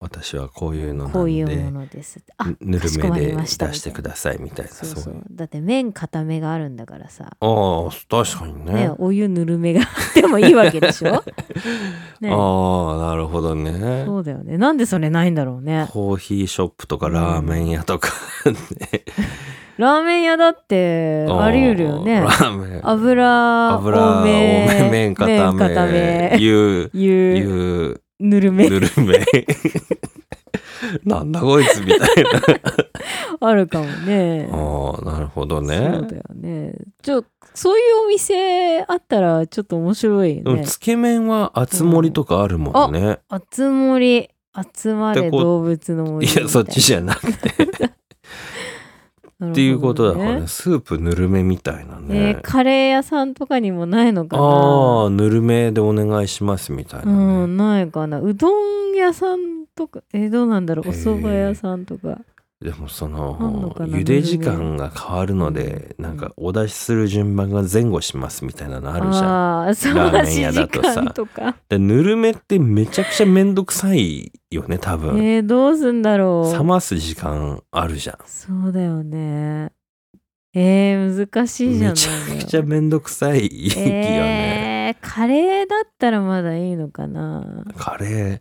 Speaker 1: 私はこういうのなんで
Speaker 2: こういうものですってあ
Speaker 1: ぬる
Speaker 2: かしこ
Speaker 1: め
Speaker 2: ま
Speaker 1: で
Speaker 2: り
Speaker 1: 出
Speaker 2: ました
Speaker 1: してくださいみたいな
Speaker 2: そうそう
Speaker 1: そう
Speaker 2: だって麺固めがあるんだからさ、
Speaker 1: ああ確かにね
Speaker 2: ね、お湯ぬるめがあってもいいわけでし ょね
Speaker 1: ああなるほどね
Speaker 2: そうだよねなんでそれないんだろうね
Speaker 1: コーヒーショップとかラーメン屋とか、ね
Speaker 2: ラーメン屋だってあり得るよね
Speaker 1: ラーメン
Speaker 2: 油
Speaker 1: 油
Speaker 2: 多
Speaker 1: 多
Speaker 2: め
Speaker 1: め 麺固め
Speaker 2: 麺固 め
Speaker 1: 湯
Speaker 2: 湯
Speaker 1: 湯
Speaker 2: ぬるめ
Speaker 1: ぬる めなんだこいつみたい な
Speaker 2: あるかもね
Speaker 1: ああなるほど
Speaker 2: そう
Speaker 1: ね
Speaker 2: だよね。ちょそういうお店あったらちょっと面白い
Speaker 1: で
Speaker 2: よ
Speaker 1: も
Speaker 2: ね。
Speaker 1: つけ麺は厚盛りとかあるもんね、
Speaker 2: あつ森集ま
Speaker 1: で
Speaker 2: れ
Speaker 1: こう
Speaker 2: 動物の森み
Speaker 1: い
Speaker 2: たい
Speaker 1: やそっちじゃなくて
Speaker 2: なるほどね
Speaker 1: っていうことだからねスープぬるめみたいなね
Speaker 2: えーカレー屋さんとかにもないのかな
Speaker 1: ああぬるめでお願いしますみたいな、
Speaker 2: う
Speaker 1: ね
Speaker 2: んないかなうどん屋さんとかえーどうなんだろうお
Speaker 1: へー
Speaker 2: 蕎麦屋さんとか
Speaker 1: でもそ
Speaker 2: なん
Speaker 1: の
Speaker 2: のかな
Speaker 1: 茹で時間が変わるのでなんかお出しする順番が前後しますみたいなのあるじゃん。
Speaker 2: ああーそう
Speaker 1: ラー
Speaker 2: だ
Speaker 1: メン屋だとさ
Speaker 2: 時間とか
Speaker 1: でぬるめってめちゃくちゃめんどくさいよね多分。
Speaker 2: えー、どうすんだろ
Speaker 1: 冷
Speaker 2: う
Speaker 1: ます時間あるじゃん。
Speaker 2: そうだよねえー、難しいじゃない
Speaker 1: めちゃくちゃめんどくさいよね。
Speaker 2: えー、カレーだったらまだいいのかな
Speaker 1: カレー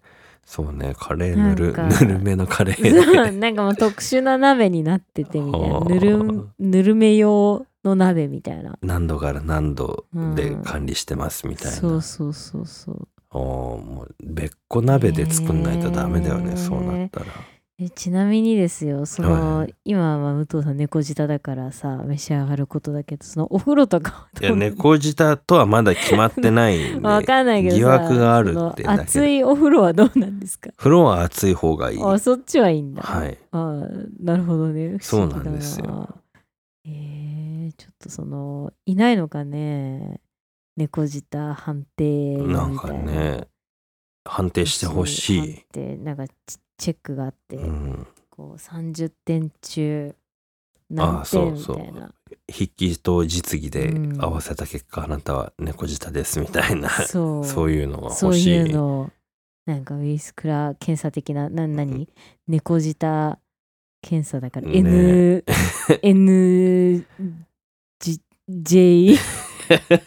Speaker 1: そうねカレーぬる
Speaker 2: なんか
Speaker 1: ぬるめのカレ
Speaker 2: そう
Speaker 1: ーね。
Speaker 2: なんかもう特殊な鍋になっててみたいな
Speaker 1: はあ
Speaker 2: ぬるんぬるめ用の鍋みたいな
Speaker 1: 何度から何度で管理してますみたいな。
Speaker 2: そうそうそうそう
Speaker 1: おーもう別個鍋で作んないとダメだよね、
Speaker 2: へー
Speaker 1: そうなったら
Speaker 2: えちなみにですよその、
Speaker 1: は
Speaker 2: 今は武藤さん猫舌だからさ召し上がることだけどそのお風呂とかはどう
Speaker 1: いや猫舌とはまだ決まってないんで
Speaker 2: わかんないけどさ
Speaker 1: 疑惑があるって
Speaker 2: その
Speaker 1: だけ
Speaker 2: 熱
Speaker 1: で
Speaker 2: いお風呂はどうなんですか
Speaker 1: 風呂は熱い方がいい
Speaker 2: あ
Speaker 1: は
Speaker 2: そっちはいいんだ、
Speaker 1: い
Speaker 2: あーなるほどね不思議だ
Speaker 1: そうなんですよ
Speaker 2: えー、ちょっとそのいないのかね猫舌判定みたい
Speaker 1: なんかね判定してほしい、
Speaker 2: でなんかチチェックがあって、
Speaker 1: うん、
Speaker 2: こう30点中何
Speaker 1: そ
Speaker 2: 点
Speaker 1: う
Speaker 2: みた
Speaker 1: そう
Speaker 2: いな
Speaker 1: 筆記と実技で
Speaker 2: うん
Speaker 1: 合わせた結果、あなたは猫舌ですみたいな そ
Speaker 2: そうう
Speaker 1: いうのが
Speaker 2: そう
Speaker 1: 欲しい
Speaker 2: いうのをなんかウィスクラ検査的なな何、
Speaker 1: うん
Speaker 2: 猫舌検査だから、
Speaker 1: ね
Speaker 2: N N J J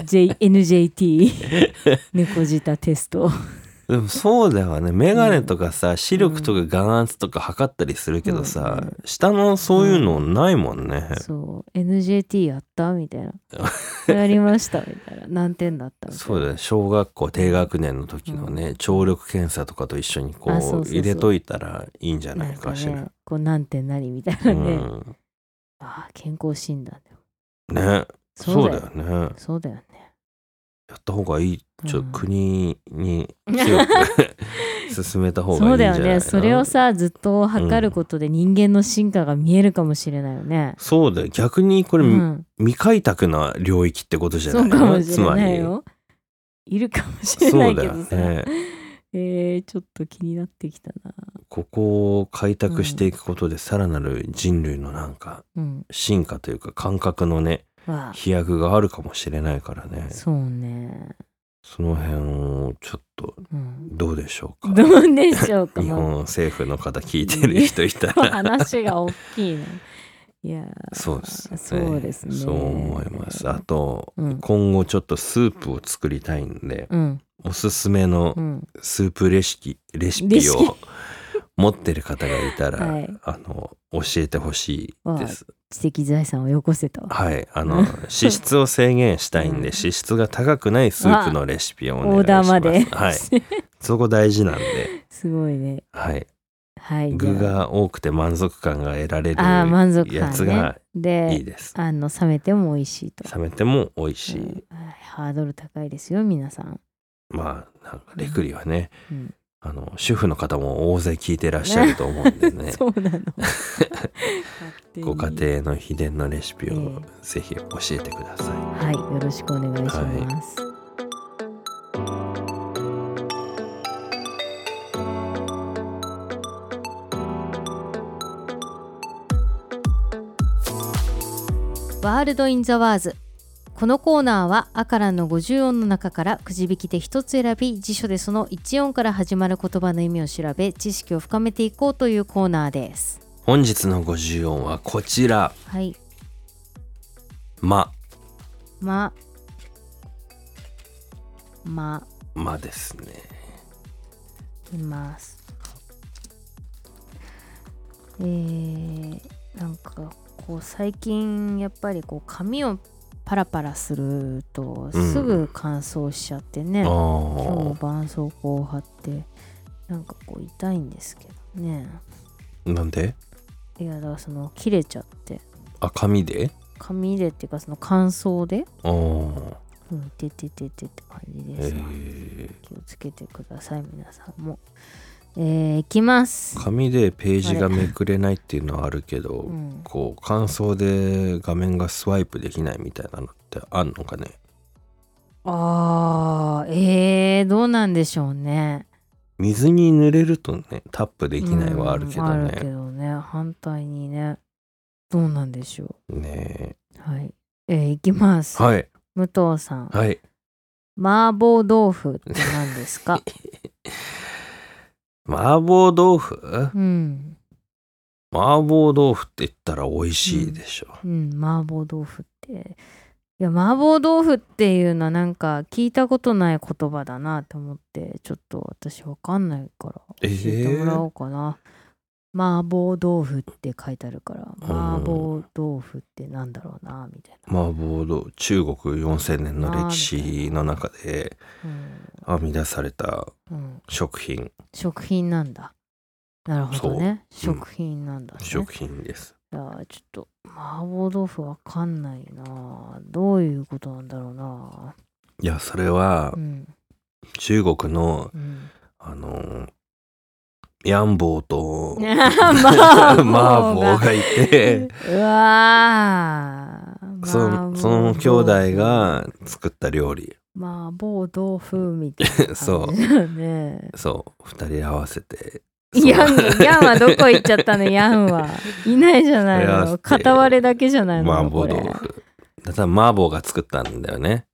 Speaker 2: NJT 猫舌テスト
Speaker 1: でもそうだわね眼鏡とかさ、視力とか眼圧とか測ったりするけどさ、
Speaker 2: うんうん
Speaker 1: 下のそういうのないもんね、
Speaker 2: そう NJT やったみたいなやりましたみたいな何点だったみたいな
Speaker 1: そうだね小学校低学年の時のね、聴力検査とかと一緒にこ
Speaker 2: あそうそう
Speaker 1: う
Speaker 2: そう
Speaker 1: 入れといたらいいんじゃな
Speaker 2: ないんか
Speaker 1: かしら
Speaker 2: ね。こう何点何みたいうなね、
Speaker 1: ん
Speaker 2: ああ健康診断でも
Speaker 1: ね
Speaker 2: そ
Speaker 1: そうう
Speaker 2: だ
Speaker 1: だ
Speaker 2: よ
Speaker 1: よね
Speaker 2: そうだよね
Speaker 1: やった方がいいちょっ
Speaker 2: うん
Speaker 1: と国に強く進めた方
Speaker 2: そ
Speaker 1: がいい
Speaker 2: うん
Speaker 1: じ
Speaker 2: だ
Speaker 1: ゃな
Speaker 2: よ
Speaker 1: いかな
Speaker 2: ねそれをさずっと測ることで人間の進化が見えるかもしれないよね、
Speaker 1: そうだよ逆にこ
Speaker 2: う
Speaker 1: れ、
Speaker 2: ん、
Speaker 1: 未開拓な領域ってことじゃ
Speaker 2: そう
Speaker 1: ない
Speaker 2: かもし
Speaker 1: つ
Speaker 2: れ
Speaker 1: ま
Speaker 2: ない
Speaker 1: り
Speaker 2: よいるかもしれな
Speaker 1: そう
Speaker 2: い
Speaker 1: だ
Speaker 2: け
Speaker 1: よ
Speaker 2: どさ、
Speaker 1: ね
Speaker 2: えー、ちょっと気になってきたな
Speaker 1: ここを開拓していくことでさらなる人類のなんか
Speaker 2: うん
Speaker 1: 進化というか感覚のね
Speaker 2: わ
Speaker 1: 飛躍があるかもしれないからね
Speaker 2: あそうね、
Speaker 1: その辺をちょっと
Speaker 2: うん、
Speaker 1: どうでしょうか
Speaker 2: どうでしょうか
Speaker 1: 日
Speaker 2: もう
Speaker 1: 本政府の方聞いてる人いた ら
Speaker 2: 話が大きいないやー
Speaker 1: そうですね
Speaker 2: そうですね
Speaker 1: そう思いますあと、
Speaker 2: うん
Speaker 1: 今後ちょっとスープを作りたいんで
Speaker 2: うん
Speaker 1: おすすめの
Speaker 2: うん
Speaker 1: スープレシピレシ
Speaker 2: レ
Speaker 1: ピ
Speaker 2: シ
Speaker 1: を 持ってる方がいたら、
Speaker 2: はい
Speaker 1: あの教えてほしいです
Speaker 2: 知的財産をよこせと
Speaker 1: はい、あ
Speaker 2: う
Speaker 1: の
Speaker 2: ん
Speaker 1: 脂質を制限したいん で
Speaker 2: うん
Speaker 1: 脂質が高くないスープのレシピをお願いします。
Speaker 2: オーダーまで、
Speaker 1: はい、そこ大事なんで、
Speaker 2: すごいね
Speaker 1: はい、
Speaker 2: はい
Speaker 1: 具が多くて満足感が得られ
Speaker 2: じゃああー満足感、
Speaker 1: る
Speaker 2: ね、
Speaker 1: やつが
Speaker 2: で
Speaker 1: いいです。
Speaker 2: あの冷めても美味しいと、
Speaker 1: 冷めても美味
Speaker 2: う
Speaker 1: しい
Speaker 2: ん。はいハードル高いですよ皆さん、
Speaker 1: まあなんかレクリはね、
Speaker 2: うん
Speaker 1: あの主婦の方も大勢聞いてらっしゃると思うんで ね。
Speaker 2: そうな の
Speaker 1: ご家
Speaker 2: 勝
Speaker 1: 庭の秘伝のレシピを
Speaker 2: え
Speaker 1: ぜひ教えてください。
Speaker 2: 手にはいよろしくお願いします、ワールド・イン・ザ・ワーズこのコーナーは「あ」からの50音の中からくじ引きで1つ選び辞書でその1音から始まる言葉の意味を調べ知識を深めていこうというコーナーです。
Speaker 1: 本日の五十音はこちら。
Speaker 2: はい、
Speaker 1: ま
Speaker 2: ま、ま、
Speaker 1: まですね。
Speaker 2: います。えー、なんかこう最近やっぱりこう髪をパラパラするとすぐ乾燥しちゃってね。
Speaker 1: あ
Speaker 2: 今日
Speaker 1: あ
Speaker 2: も。絆創膏を貼ってなんかこう痛いんですけどね
Speaker 1: なんで
Speaker 2: いやだからその切れちゃって
Speaker 1: あ紙で
Speaker 2: 紙でっていうかその乾燥で
Speaker 1: あー
Speaker 2: うんててててって感じですわ、
Speaker 1: え
Speaker 2: 気をつけてください皆さんもえー、いきます
Speaker 1: ー、紙でページがめくれないっていうのはあるけど、
Speaker 2: うん
Speaker 1: こう感想で画面がスワイプできないみたいなのってあんのかね
Speaker 2: あーえー、どうなんでしょうね
Speaker 1: 水に濡れるとねタップできないはあるけど
Speaker 2: うんあるけ
Speaker 1: ね、
Speaker 2: どねね反対にねどうなんでしょ
Speaker 1: ね
Speaker 2: うはいえー、いきます、
Speaker 1: えはい
Speaker 2: 武藤さん
Speaker 1: はい
Speaker 2: 麻婆豆腐って何です か
Speaker 1: 麻婆豆腐
Speaker 2: うん
Speaker 1: 麻婆豆腐って言ったら美味しいでしょ、
Speaker 2: うん麻婆豆腐っていや麻婆豆腐っていうのはなんか聞いたことない言葉だなと思ってちょっと私わかんないから教え
Speaker 1: えー
Speaker 2: てもらおうかな、麻婆豆腐って書いてあるから麻婆豆腐ってなんだろうなみたい
Speaker 1: 麻婆豆腐中国4,000年の歴史の中で
Speaker 2: な、
Speaker 1: 編み出された
Speaker 2: うんうん、
Speaker 1: 食品
Speaker 2: 食品なんだなるほどね
Speaker 1: そううん
Speaker 2: 食品なんだね、
Speaker 1: 食品です
Speaker 2: いやーちょっと麻婆豆腐わかんないなどういうことなんだろうない
Speaker 1: やそれは
Speaker 2: うん
Speaker 1: 中国の
Speaker 2: うん
Speaker 1: あのヤンボ ーと
Speaker 2: 麻
Speaker 1: 麻婆
Speaker 2: が
Speaker 1: がいて
Speaker 2: うわー
Speaker 1: そのその兄弟が作った料理
Speaker 2: 麻婆豆腐みたいな感じ
Speaker 1: そう
Speaker 2: だね
Speaker 1: そう二人合わせて
Speaker 2: ヤ
Speaker 1: そ
Speaker 2: ン
Speaker 1: う
Speaker 2: ヤンはどこ行っちゃったのヤン はいないじゃない
Speaker 1: いや
Speaker 2: の片割れだけじゃないの
Speaker 1: 麻婆豆腐だから麻婆が作ったんだよね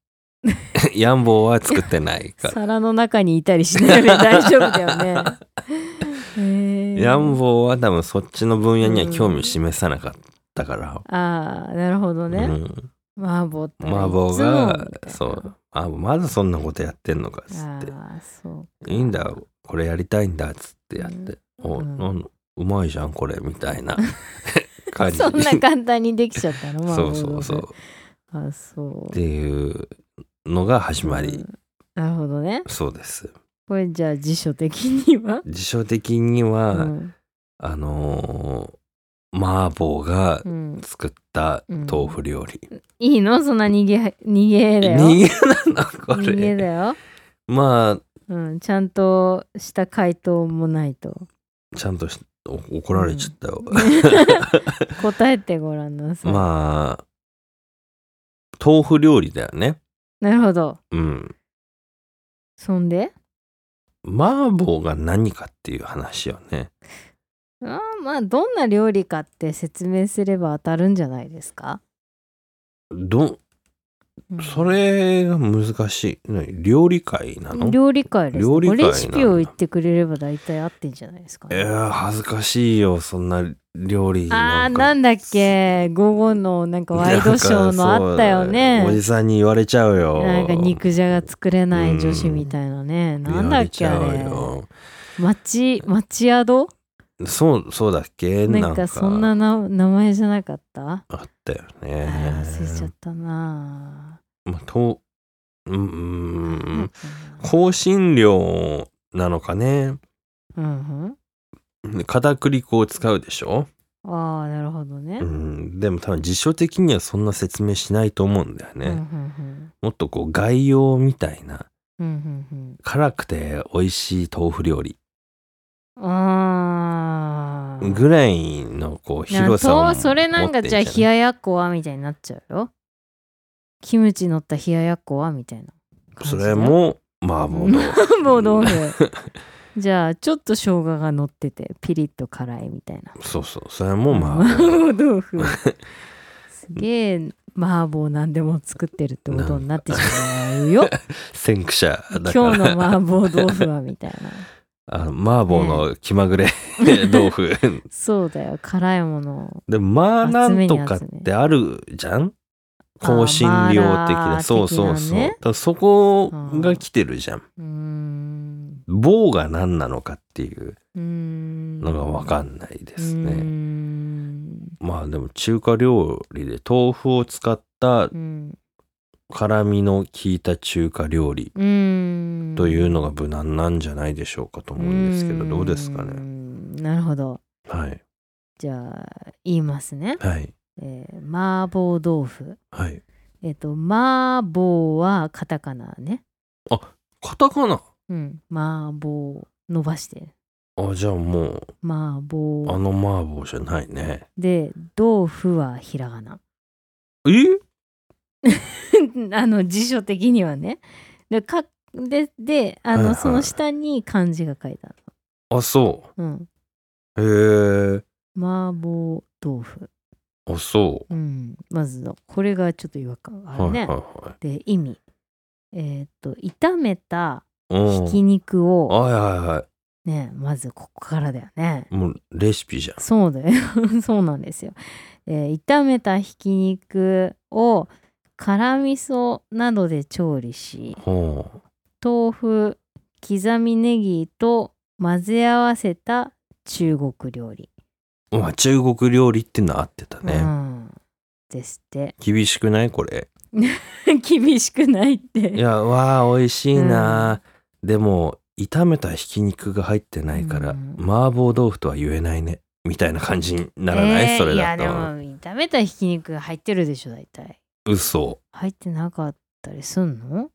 Speaker 1: ヤンボーは作ってない
Speaker 2: これ
Speaker 1: か
Speaker 2: 皿の中にいたりしないよね大丈夫だよ ねへー
Speaker 1: らヤンボーは多分そっちの分野には興味示さなかったから、
Speaker 2: ああなるほど
Speaker 1: う
Speaker 2: ね、
Speaker 1: ん
Speaker 2: 麻婆って
Speaker 1: 麻婆
Speaker 2: いつもみ
Speaker 1: が
Speaker 2: たいな
Speaker 1: そうあまだそんなことやってんのかっつって
Speaker 2: ああそう
Speaker 1: いいんだこれやりたいんだっつってやって、お
Speaker 2: うん
Speaker 1: なんうまいじゃんこれみたい な感 じ
Speaker 2: そんな簡単にできちゃったの麻
Speaker 1: そ
Speaker 2: 婆
Speaker 1: うそうそ
Speaker 2: 豆
Speaker 1: う
Speaker 2: 腐あそう
Speaker 1: っていうのが始まり、
Speaker 2: うんなるほどね
Speaker 1: そうです
Speaker 2: これじゃあ辞書的には、
Speaker 1: 辞書的には、
Speaker 2: うん
Speaker 1: あのー、麻婆が
Speaker 2: うん、
Speaker 1: 作った豆腐料理、
Speaker 2: いいのそんな逃げ逃げだよ
Speaker 1: 逃げなのこ
Speaker 2: 逃げ
Speaker 1: れ
Speaker 2: だよ、
Speaker 1: ま
Speaker 2: うん、ちゃんとした回答もない と
Speaker 1: あちゃんとしお怒られちゃったよ、
Speaker 2: 答えてごらんなさい、
Speaker 1: まあ豆腐料理だよね
Speaker 2: なるほど
Speaker 1: うん
Speaker 2: そんで
Speaker 1: 麻婆が何かっていう話よね
Speaker 2: あーまあどんな料理かって説明すれば当たるんじゃないですか、う
Speaker 1: ど
Speaker 2: ん
Speaker 1: それが難しい何料理界なの
Speaker 2: 料理会です
Speaker 1: 料理会なんだ
Speaker 2: レシピを言ってくれれば大体合ってんじゃないですか
Speaker 1: い
Speaker 2: ね、
Speaker 1: やー恥ずかしいよそんな料理
Speaker 2: あー
Speaker 1: なんか
Speaker 2: なんだっけ午後のなんかワイドショーのあったよ
Speaker 1: なんかそうお
Speaker 2: ね
Speaker 1: じさんに言われちゃうよ
Speaker 2: なんか肉じゃが作れない女子みたいなね、なんだっけあ
Speaker 1: 言わ
Speaker 2: れ
Speaker 1: ちゃうよ
Speaker 2: 町町宿
Speaker 1: そうそうだっけ
Speaker 2: なんかそんなな名前じゃなかった、
Speaker 1: あったよ
Speaker 2: あ
Speaker 1: ね
Speaker 2: ー、忘れちゃったな
Speaker 1: まあとうんうん
Speaker 2: ぁ、
Speaker 1: うん香辛料なのかね
Speaker 2: うん
Speaker 1: 片栗粉を使うでしょ、
Speaker 2: うん、ああなるほどね、
Speaker 1: う
Speaker 2: うん
Speaker 1: ん、でも多分辞書的にはそんな説明しないと思うんだよね、
Speaker 2: うんうん
Speaker 1: もっとこう概要みたいな
Speaker 2: うんうん
Speaker 1: 辛くて美味しい豆腐料理
Speaker 2: うん、ああ
Speaker 1: ぐらいのこう広さを持
Speaker 2: そ
Speaker 1: っ
Speaker 2: う
Speaker 1: て
Speaker 2: それなんかじゃあ冷ややっこはみたいになっちゃうよキムチ乗った冷ややっこはみたいな感
Speaker 1: そ
Speaker 2: じだ
Speaker 1: れ
Speaker 2: よ
Speaker 1: も麻婆豆 腐
Speaker 2: もう 豆腐じゃあちょっと生姜が乗っててピリッと辛いみたいな
Speaker 1: そうそうそれも麻
Speaker 2: 麻
Speaker 1: 婆
Speaker 2: 婆 豆腐すげえ麻婆何でも作ってるってことになってしまう よ
Speaker 1: 先駆者だか
Speaker 2: 今日の
Speaker 1: ら
Speaker 2: 麻婆豆腐はみたいな
Speaker 1: あ麻婆の気ま ぐれ豆腐
Speaker 2: そうだよ辛いもの
Speaker 1: でまあな
Speaker 2: 集
Speaker 1: ん
Speaker 2: めに集
Speaker 1: と
Speaker 2: め
Speaker 1: かってあるじゃん
Speaker 2: あー
Speaker 1: 香辛料的な
Speaker 2: 麻辣
Speaker 1: そうそう
Speaker 2: 的
Speaker 1: そう、
Speaker 2: なね
Speaker 1: だからそこが来てるじゃん
Speaker 2: うーん
Speaker 1: 棒が何なのかっていう
Speaker 2: うーん
Speaker 1: のが分かんないですね、
Speaker 2: うーん
Speaker 1: まあでも中華料理で豆腐を使った
Speaker 2: うん
Speaker 1: 辛みの効いた中華料理
Speaker 2: うーん
Speaker 1: というのが無難なんじゃないでしょうかと思うんですけどどうですか
Speaker 2: うー
Speaker 1: ね
Speaker 2: んなるほど
Speaker 1: はい
Speaker 2: じゃあ言いますね、
Speaker 1: はい
Speaker 2: えー麻婆豆腐
Speaker 1: はい
Speaker 2: えっ、と麻婆はカタカナね
Speaker 1: カタカナ
Speaker 2: うん麻婆伸ばして
Speaker 1: あじゃあもう
Speaker 2: 麻
Speaker 1: あ
Speaker 2: 婆
Speaker 1: の麻婆じゃないね
Speaker 2: で豆腐はひらがな
Speaker 1: え
Speaker 2: あの辞書的にはねでかでであの、
Speaker 1: はいはい
Speaker 2: その下に漢字が書いてある
Speaker 1: あそ
Speaker 2: の、うん、
Speaker 1: うへえ
Speaker 2: 麻婆豆腐。
Speaker 1: あ、そう。
Speaker 2: うん。まずの、これがちょっと違和感あ
Speaker 1: は
Speaker 2: る
Speaker 1: い
Speaker 2: ね。
Speaker 1: はいは
Speaker 2: で、意味。えーっと、炒めた
Speaker 1: い。うん
Speaker 2: ひき肉を、
Speaker 1: はいはいは
Speaker 2: ね、まずここからだよね。
Speaker 1: い。もうレシピじゃん。
Speaker 2: そうだよ。 そうなんですよ。えー炒めたひき肉を、辛味噌などで調理し、
Speaker 1: ほ
Speaker 2: 豆腐刻みネギと混ぜ合わせた中国料理、
Speaker 1: う。まあ中国料理っての合ってた
Speaker 2: う
Speaker 1: ね。
Speaker 2: ん、ですって
Speaker 1: 厳しくないこれ。
Speaker 2: 厳しくないっ
Speaker 1: い
Speaker 2: て
Speaker 1: や、わあ、美味しいな。でも、炒めたひき肉が入ってないから、
Speaker 2: うん
Speaker 1: 麻婆豆腐とは言えないね。みたいな感じにならな
Speaker 2: え
Speaker 1: い、
Speaker 2: ー
Speaker 1: それ
Speaker 2: いや
Speaker 1: だ
Speaker 2: でも
Speaker 1: と。
Speaker 2: 炒めたひき肉が入ってるでしょ大体
Speaker 1: 嘘。
Speaker 2: 入ってなかったりすんの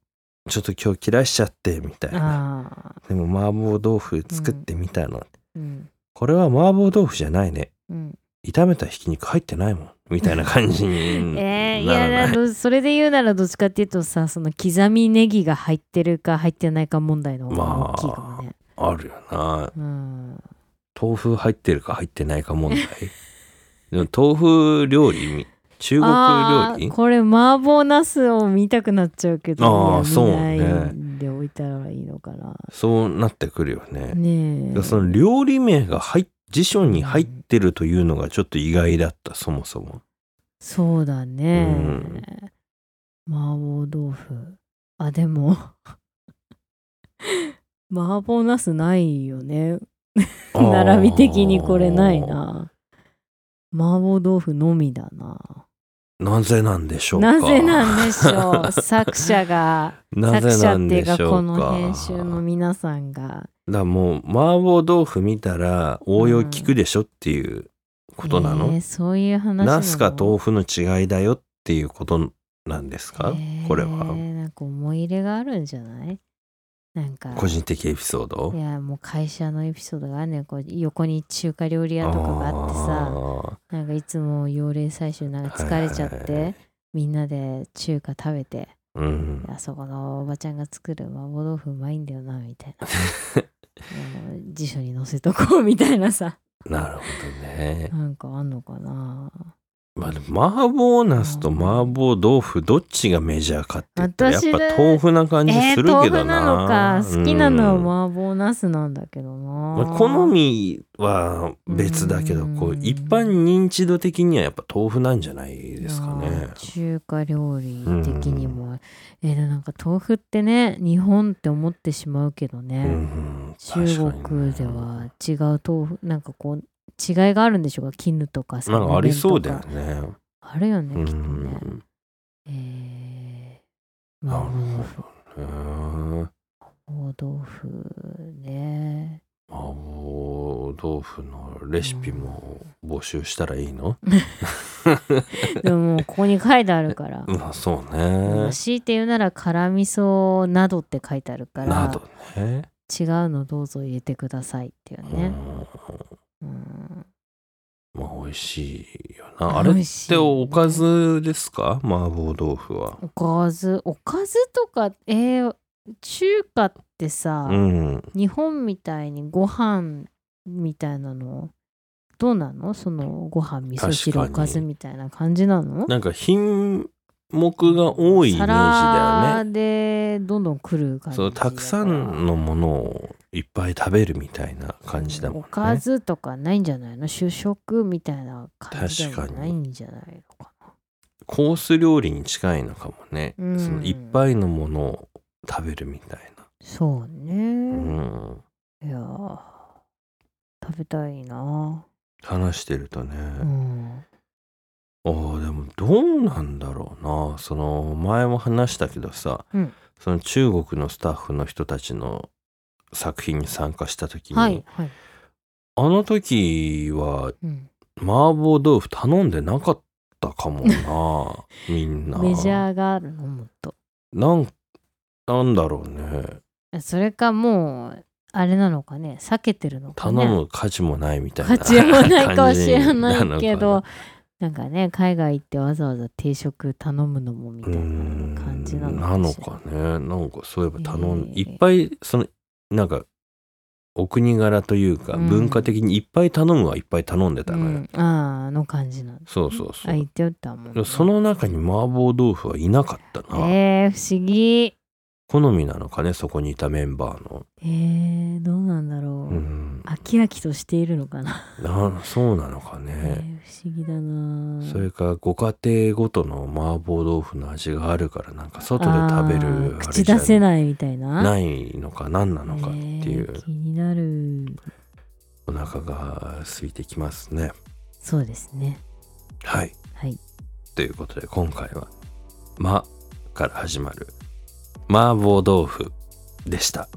Speaker 1: ちょっと今日切らしちゃって、みたいな。
Speaker 2: ああ
Speaker 1: でも、麻婆豆腐作ってみたの。
Speaker 2: うん
Speaker 1: これは麻婆豆腐じゃないね。
Speaker 2: うん、
Speaker 1: 炒めたひき肉入ってないもん。みたいな感じに な
Speaker 2: えー、い
Speaker 1: らな
Speaker 2: や
Speaker 1: い。
Speaker 2: どそれで言うならどっちかっていうとさその刻みネギが入ってるか入ってないか問題の方が大きいかもね、
Speaker 1: あるよな。
Speaker 2: うん
Speaker 1: 豆腐入ってるか入ってないか問題。でも、豆腐料理み中国
Speaker 2: あ
Speaker 1: 料理
Speaker 2: ーこれ麻婆茄子を見たくなっちゃうけど
Speaker 1: あーそう
Speaker 2: 見
Speaker 1: ね
Speaker 2: ないで置いたらいいのかな
Speaker 1: そうなってくるよね。
Speaker 2: ねえ
Speaker 1: その料理名が入っ辞書に入ってるというのがちょっと意外だったそもそも。
Speaker 2: そうだね、
Speaker 1: うん
Speaker 2: 麻婆豆腐あでも 麻婆茄子ないよね並び的にこれないな麻婆豆腐のみだな
Speaker 1: あー。なぜなんでしょうか。
Speaker 2: なぜなんでしょ う作者が
Speaker 1: な
Speaker 2: 作
Speaker 1: ぜ
Speaker 2: 者
Speaker 1: な
Speaker 2: っ
Speaker 1: ん
Speaker 2: ていう
Speaker 1: で
Speaker 2: か
Speaker 1: しょうか。
Speaker 2: この編集の皆さんが
Speaker 1: だからもう麻婆豆腐見たら応用聞くでしょっていうことなの。
Speaker 2: えーそういう話なの
Speaker 1: ナスか豆腐の違いだよっていうことなんですか、
Speaker 2: えー
Speaker 1: これは
Speaker 2: なんか思い入れがあるんじゃないなんか
Speaker 1: 個人的エピソー
Speaker 2: い
Speaker 1: ド。
Speaker 2: やもう会社のエピソードがあるねこう横に中華料理屋とかがあってさ
Speaker 1: あ
Speaker 2: なんかいつも幼霊採集なんか疲れちゃって、
Speaker 1: はいはいはい
Speaker 2: みんなで中華食べて
Speaker 1: ーうん。
Speaker 2: あそこのおばちゃんが作る麻婆豆腐うまいんだよなみたい なあの辞書に載せとこうみたいな さ
Speaker 1: なるほどね。
Speaker 2: なんかあんのかな
Speaker 1: まあでも麻婆茄子と麻婆豆腐どっちがメジャーかって言ったらやっ
Speaker 2: 私ね
Speaker 1: ぱ豆腐な感じ
Speaker 2: え
Speaker 1: す
Speaker 2: ー、
Speaker 1: るけ
Speaker 2: 豆
Speaker 1: どな。
Speaker 2: 腐なのか好きなの
Speaker 1: うん
Speaker 2: は麻婆茄子なんだけど
Speaker 1: ま
Speaker 2: な、
Speaker 1: あ好みは別だけど
Speaker 2: うん
Speaker 1: こう一般認知度的にはやっぱ豆腐なんじゃないですかね
Speaker 2: あー。中華料理的にも、えーでもなんか豆腐ってね日本って思ってしまうけどね、
Speaker 1: うん
Speaker 2: 中国で。は違う豆腐なんかこう違いがあるんでしょうか絹とかさ
Speaker 1: 確かになんかありそうだよね。
Speaker 2: あるよ
Speaker 1: う
Speaker 2: ねきっとね、
Speaker 1: ん。
Speaker 2: えー、
Speaker 1: なる
Speaker 2: 麻
Speaker 1: ほ
Speaker 2: 婆
Speaker 1: どね。
Speaker 2: 豆腐ね
Speaker 1: 麻婆豆腐のレシピも募集したらいいの？
Speaker 2: でももうここに書いてあるから
Speaker 1: うん、そう
Speaker 2: まあ
Speaker 1: ね。
Speaker 2: 強いて言うなら辛味噌などって書いてあるから
Speaker 1: などね。
Speaker 2: 違うのどうぞ入れてくださいっていうね、うん
Speaker 1: うん、まあ美味しいよなあれっ
Speaker 2: 美味しい
Speaker 1: ておかずですか麻婆豆腐は
Speaker 2: おかずおかずとかえー中華ってさ、
Speaker 1: うん
Speaker 2: 日本みたいにご飯みたいなのどうなのそのご飯味噌汁お
Speaker 1: 確かに
Speaker 2: かずみたいな感じなの
Speaker 1: なんか品目が多いイメージだよ
Speaker 2: 皿
Speaker 1: ね
Speaker 2: でどんどん来る感じ
Speaker 1: そうたくさんのものをいっぱい食べるみたいな感じだもんね
Speaker 2: おかずとかないんじゃないの主食みたいな感じでも
Speaker 1: 確か
Speaker 2: な
Speaker 1: に
Speaker 2: いんじゃないのか
Speaker 1: コース料理に近いのかもね、
Speaker 2: うん
Speaker 1: そのいっぱいのものを食べるみたい
Speaker 2: なそうね、
Speaker 1: な、うん、
Speaker 2: いやー食べたいな
Speaker 1: 話してるとね、
Speaker 2: うん
Speaker 1: ああでもどうなんだろうなその前も話したけどさ、
Speaker 2: うん
Speaker 1: その中国のスタッフの人たちの作品に参加した時に、
Speaker 2: はいはい、
Speaker 1: あの時は
Speaker 2: うん、
Speaker 1: 麻婆豆腐頼んでなかったかもな みんな
Speaker 2: メジャーがあるのもっと
Speaker 1: なんなんだろうね
Speaker 2: それかもうあれなのかね避けてるのか
Speaker 1: 頼
Speaker 2: ね
Speaker 1: む価値もないみたいな
Speaker 2: 価値はないかもしれな
Speaker 1: 感じの
Speaker 2: い
Speaker 1: か
Speaker 2: け どなんかね海外行ってわざわざ定食頼むのもみたいな感じなの
Speaker 1: うーんな
Speaker 2: か
Speaker 1: の
Speaker 2: しら
Speaker 1: かねなんかそういえば頼ん、
Speaker 2: えー
Speaker 1: いっぱいそのなんかお国柄というか
Speaker 2: うん
Speaker 1: 文化的にいっぱい頼むはいっぱい頼んでた
Speaker 2: う
Speaker 1: から、
Speaker 2: ん、あーあの感じなんだ
Speaker 1: そうそうそ
Speaker 2: あ言っ
Speaker 1: う、
Speaker 2: ておったもん、
Speaker 1: その中に麻婆豆腐はいなかったな、
Speaker 2: えー、不思議
Speaker 1: 好みなのかねそこにいたメンバーの
Speaker 2: えー、どうなんだろう、
Speaker 1: うん
Speaker 2: 飽き飽きとしているのかな、
Speaker 1: なそうなのかね、
Speaker 2: えー不思議だな
Speaker 1: それかご家庭ごとの麻婆豆腐の味があるからなんか外で食べる
Speaker 2: あー
Speaker 1: あれ
Speaker 2: 口
Speaker 1: じゃ
Speaker 2: 出せないみたいな
Speaker 1: ないのか何なのかっていう
Speaker 2: えー気になる
Speaker 1: お腹が空いてきますね
Speaker 2: そうですね
Speaker 1: はい
Speaker 2: はい
Speaker 1: ということで今回は「ま」から始まる麻婆豆腐でした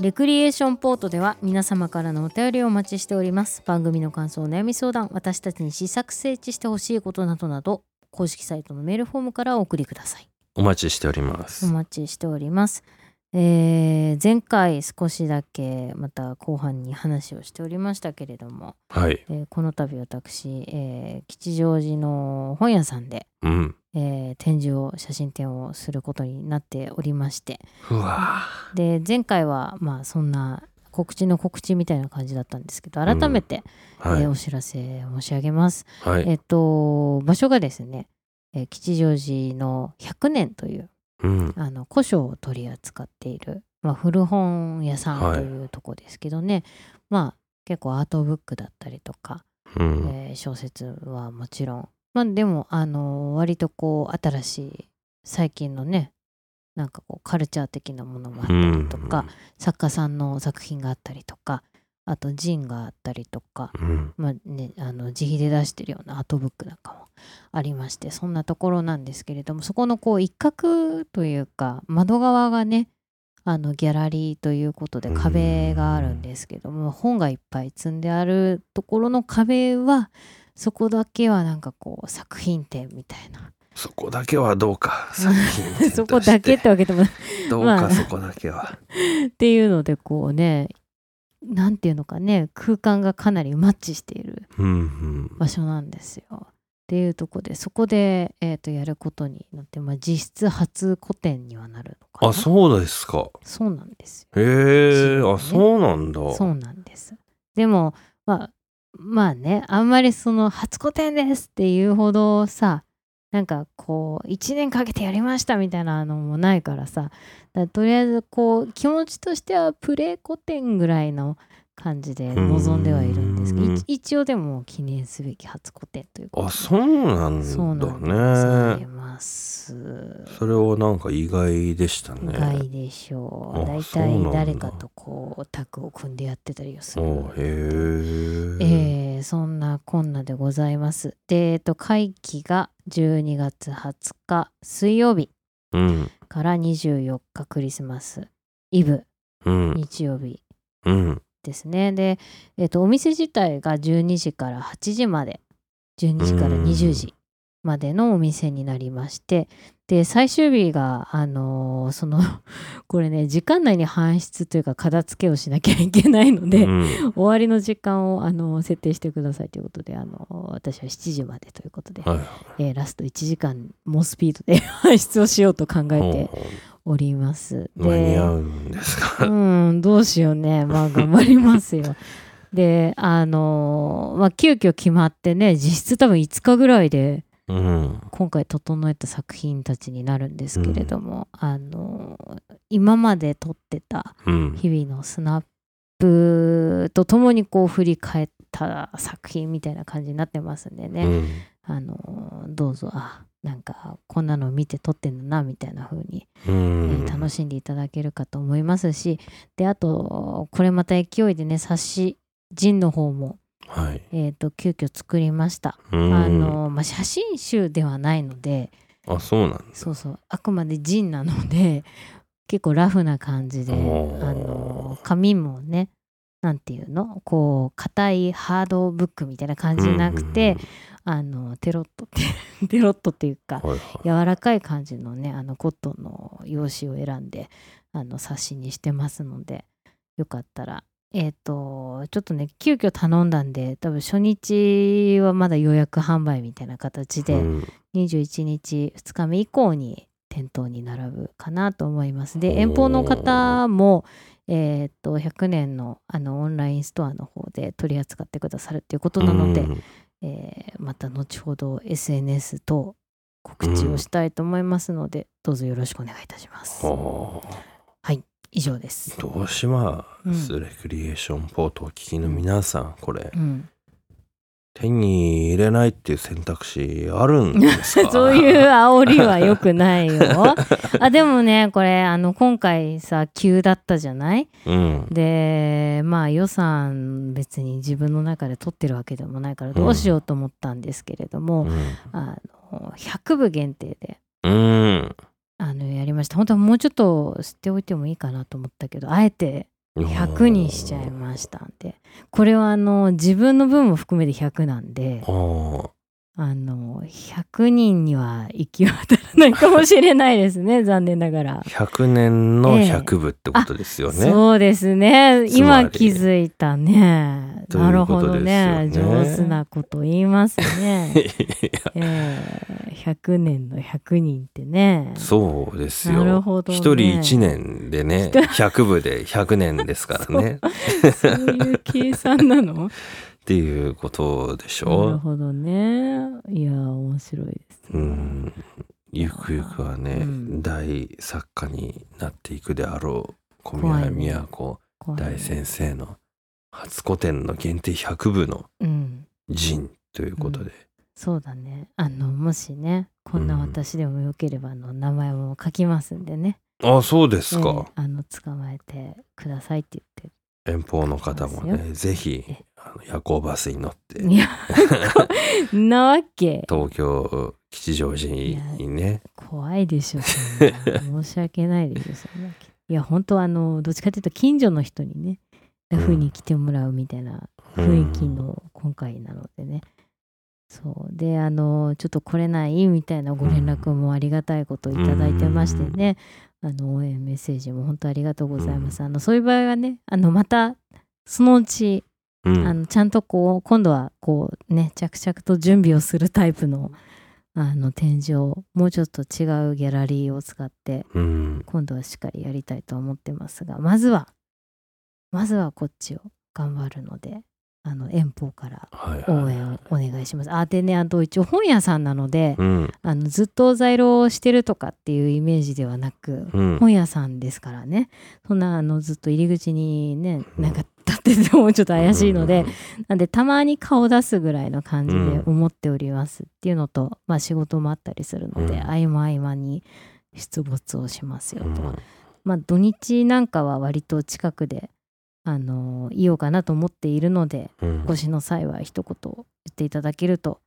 Speaker 2: レクリエーションポートでは皆様からのお便りをお待ちしております番組の感想お悩み相談私たちに試作整地してほしいことなどなど公式サイトのメールフォームからお送りください
Speaker 1: お待ちしておりま
Speaker 2: お
Speaker 1: す
Speaker 2: 待ちしておりますえー前回少しだけまた後半に話をしておりましたけれども、
Speaker 1: はい
Speaker 2: えーこの度私、えー吉祥寺の本屋さんで、
Speaker 1: うん
Speaker 2: えー展示を写真展をすることになっておりまして
Speaker 1: うわ
Speaker 2: で前回はまあそんな告知の告知みたいな感じだったんですけど改めて、
Speaker 1: ーは
Speaker 2: え
Speaker 1: い
Speaker 2: ーお知らせ申し上げます。
Speaker 1: はい
Speaker 2: えっと場所がですね、えー吉祥寺の100年という
Speaker 1: うん
Speaker 2: あの古書を取り扱っている、まあ、古本屋さん
Speaker 1: はい
Speaker 2: というとこですけどね、まあ結構アートブックだったりとか、
Speaker 1: うん
Speaker 2: えー小説はもちろんまあでもあの割とこう新しい最近のねなんかこうカルチャー的なものもあったりとか、作家さんの作品があったりとかあとジンがあったりとか、
Speaker 1: うん
Speaker 2: まあね、あの自費で出してるようなアートブックなんかもありましてそんなところなんですけれどもそこのこう一角というか窓側がねあのギャラリーということで
Speaker 1: うん
Speaker 2: 壁があるんですけども本がいっぱい積んであるところの壁はそこだけはなんかこう作品展みたいな
Speaker 1: そこだけはどうか作品展として
Speaker 2: そこだけってわけでもない
Speaker 1: どう
Speaker 2: まあ
Speaker 1: かそこだけは
Speaker 2: っていうのでこうねなんていうのかね空間がかなりマッチしている
Speaker 1: うんうん
Speaker 2: 場所なんですよ。っていうとこでそこで、えー、とやることになって、まあ、実質初個展にはなるのかな
Speaker 1: あそうですか
Speaker 2: そうなんです
Speaker 1: へえあそうなんだ
Speaker 2: よそうなんですでもまあまあねあんまりその初個展ですっていうほどさなんかこう1年かけてやりましたみたいなのもないからさだからとりあえずこう気持ちとしてはプレ個展ぐらいの感じで臨んではいるんですけど
Speaker 1: うん
Speaker 2: 一一応でも記念すべき初個展ということで
Speaker 1: あそうなん
Speaker 2: そうなんで
Speaker 1: だ
Speaker 2: ござい
Speaker 1: ね
Speaker 2: ます。
Speaker 1: それはなんか意外でした
Speaker 2: 意
Speaker 1: ね
Speaker 2: 外でしょう。
Speaker 1: あ
Speaker 2: 大
Speaker 1: そうなん
Speaker 2: 体
Speaker 1: だ
Speaker 2: 誰かとこうタッグを組んでやってたりをする。
Speaker 1: おへ
Speaker 2: えーそんなこんなでございます。で、えっと、会期が12月20日水曜日
Speaker 1: うん
Speaker 2: から24日クリスマスイブ
Speaker 1: うん
Speaker 2: 日曜日
Speaker 1: うん
Speaker 2: ですね。で、えっと、お店自体が12時から8時まで12時から20時までのお店になりましてで最終日があのーその これね時間内に搬出というか片付けをしなきゃいけないので、
Speaker 1: うん
Speaker 2: 終わりの時間を、あのー設定してくださいということで、あのー私は7時までということで、
Speaker 1: はい
Speaker 2: えーラスト1時間猛スピードで搬出をしようと考え
Speaker 1: ほう
Speaker 2: て
Speaker 1: ほ
Speaker 2: おります。
Speaker 1: う 間に合
Speaker 2: う
Speaker 1: うんですか
Speaker 2: うん、どうしようね。 まあ、頑張りますよ。で、あのーまあ、急遽決まってね、実質多分5日ぐらいで、
Speaker 1: うん
Speaker 2: 今回整えた作品たちになるんですけれども、あのー今まで撮ってた
Speaker 1: うん
Speaker 2: 日々のスナップとともにこう振り返った作品みたいな感じになってますんでね、
Speaker 1: うん
Speaker 2: あのーどうぞ、あ、なんかこんなの見て撮ってんだな、みたいな風にえ
Speaker 1: う
Speaker 2: ー
Speaker 1: ん
Speaker 2: 楽しんでいただけるかと思いますしであとこれまた勢いでね冊子ジンの方も、
Speaker 1: はい
Speaker 2: えー、と急遽作りました、
Speaker 1: うん
Speaker 2: あのまあ、写真集ではないので
Speaker 1: あそうなんです
Speaker 2: そうそうあくまでジンなので 結構ラフな感じであ
Speaker 1: おー
Speaker 2: の紙もねなんていうのこう硬いハードブックみたいな感じじゃなくて、あのテロッとって テロッとっていうか
Speaker 1: うんはいはい
Speaker 2: 柔らかい感じのねあのコットンの用紙を選んであの冊子にしてますのでよかったら、えっ、とちょっとね急遽頼んだんで多分初日はまだ予約販売みたいな形で、
Speaker 1: うん
Speaker 2: 21日2日目以降に店頭に並ぶかなと思います
Speaker 1: おー
Speaker 2: で遠方の方もえーっと100年のあのオンラインストアの方で取り扱ってくださるということなので、
Speaker 1: うん
Speaker 2: えーまた後ほど SNS と告知をしたいと思いますので、どうぞよろしくお願いいたします
Speaker 1: おー
Speaker 2: 以上です
Speaker 1: どうしま
Speaker 2: うん
Speaker 1: す、レクリエーションポートをお聞きの皆さんこれ
Speaker 2: うん、
Speaker 1: 手に入れないっていう選択肢あるんです か
Speaker 2: そういう煽りは良くないよあでもねこれあの今回さ急だったじゃない
Speaker 1: うん
Speaker 2: でまあ予算別に自分の中で取ってるわけでもないからどうしようと思ったん ですけれども、
Speaker 1: うん
Speaker 2: あの100部限定で
Speaker 1: うん
Speaker 2: あのやりました本当はもうちょっと知っておいてもいいかなと思ったけどあえて100にしちゃいましたんでこれはあの自分の分も含めて100なんで
Speaker 1: あー
Speaker 2: あの100人には行き渡らないかもしれないですね残念ながら。
Speaker 1: 100年の
Speaker 2: ええ
Speaker 1: 100部ってことですよね。
Speaker 2: そうですね。
Speaker 1: つまり
Speaker 2: 今気づいたね。
Speaker 1: と
Speaker 2: ないる
Speaker 1: うこ
Speaker 2: ほ
Speaker 1: と
Speaker 2: どね。
Speaker 1: ですよね
Speaker 2: 上手なこと言いますね。
Speaker 1: いや
Speaker 2: ええ100年の100人ってね。
Speaker 1: そうです
Speaker 2: なる
Speaker 1: よ。
Speaker 2: ほどね
Speaker 1: 一人一年でね、100部で100年ですからね。
Speaker 2: そういう計算な の
Speaker 1: っていうことでし
Speaker 2: なる
Speaker 1: ょ
Speaker 2: ほどね。いや、面白いです、
Speaker 1: う。
Speaker 2: ね
Speaker 1: ん。ゆくゆくはね、
Speaker 2: うん
Speaker 1: 大作家になっていくであろう小
Speaker 2: 怖
Speaker 1: 宮
Speaker 2: いね
Speaker 1: 宮子
Speaker 2: 怖いね
Speaker 1: 大先生の初古典の限定100部の
Speaker 2: うん。
Speaker 1: 陣ということで。
Speaker 2: そうだね。あの、もしね、こんな私でもよければ、あの、名前も書きますんでね。
Speaker 1: あ、そうですか。
Speaker 2: ええあの、捕まえてくださいって言って
Speaker 1: 遠方の方も
Speaker 2: そう
Speaker 1: ね、ぜひ
Speaker 2: え
Speaker 1: あの夜行バスに乗って
Speaker 2: いや、こんなわけ。
Speaker 1: 東京吉祥寺にね、
Speaker 2: 怖いでしょ、そんな申し訳ないでしょ、そんなわけ。いや、本当あの、どっちかというと、近所の人にね、
Speaker 1: うん
Speaker 2: ふうに来てもらうみたいな
Speaker 1: うん
Speaker 2: 雰囲気の今回なのでね。そう。で、あの、ちょっと来れないみたいなご連絡もありがたいこといただいてましてね、あの、応援メッセージも本当ありがとうございます。あの、そういう場合はね、あの、また、そのうち、
Speaker 1: うん
Speaker 2: あのちゃんとこう今度はこうね着々と準備をするタイプのあの展示をもうちょっと違うギャラリーを使って
Speaker 1: うん
Speaker 2: 今度はしっかりやりたいと思ってますがまずはまずはこっちを頑張るのであの遠方から
Speaker 1: はいはい
Speaker 2: 応援をお願いします。あでねあと一応本屋さんなので
Speaker 1: うん
Speaker 2: あのずっと在廊をしてるとかっていうイメージではなく
Speaker 1: うん
Speaker 2: 本屋さんですからねそんなあのずっと入り口にねなんか立っててもちょっと怪しいので、なんでたまに顔出すぐらいの感じで思っておりますっていうのと、まあ仕事もあったりするので、
Speaker 1: うん
Speaker 2: 合間合間に出没をしますよ
Speaker 1: うん
Speaker 2: と、まあ土日なんかは割と近くであのいようかなと思っているので
Speaker 1: うん
Speaker 2: お越しの際は一言言っていただけると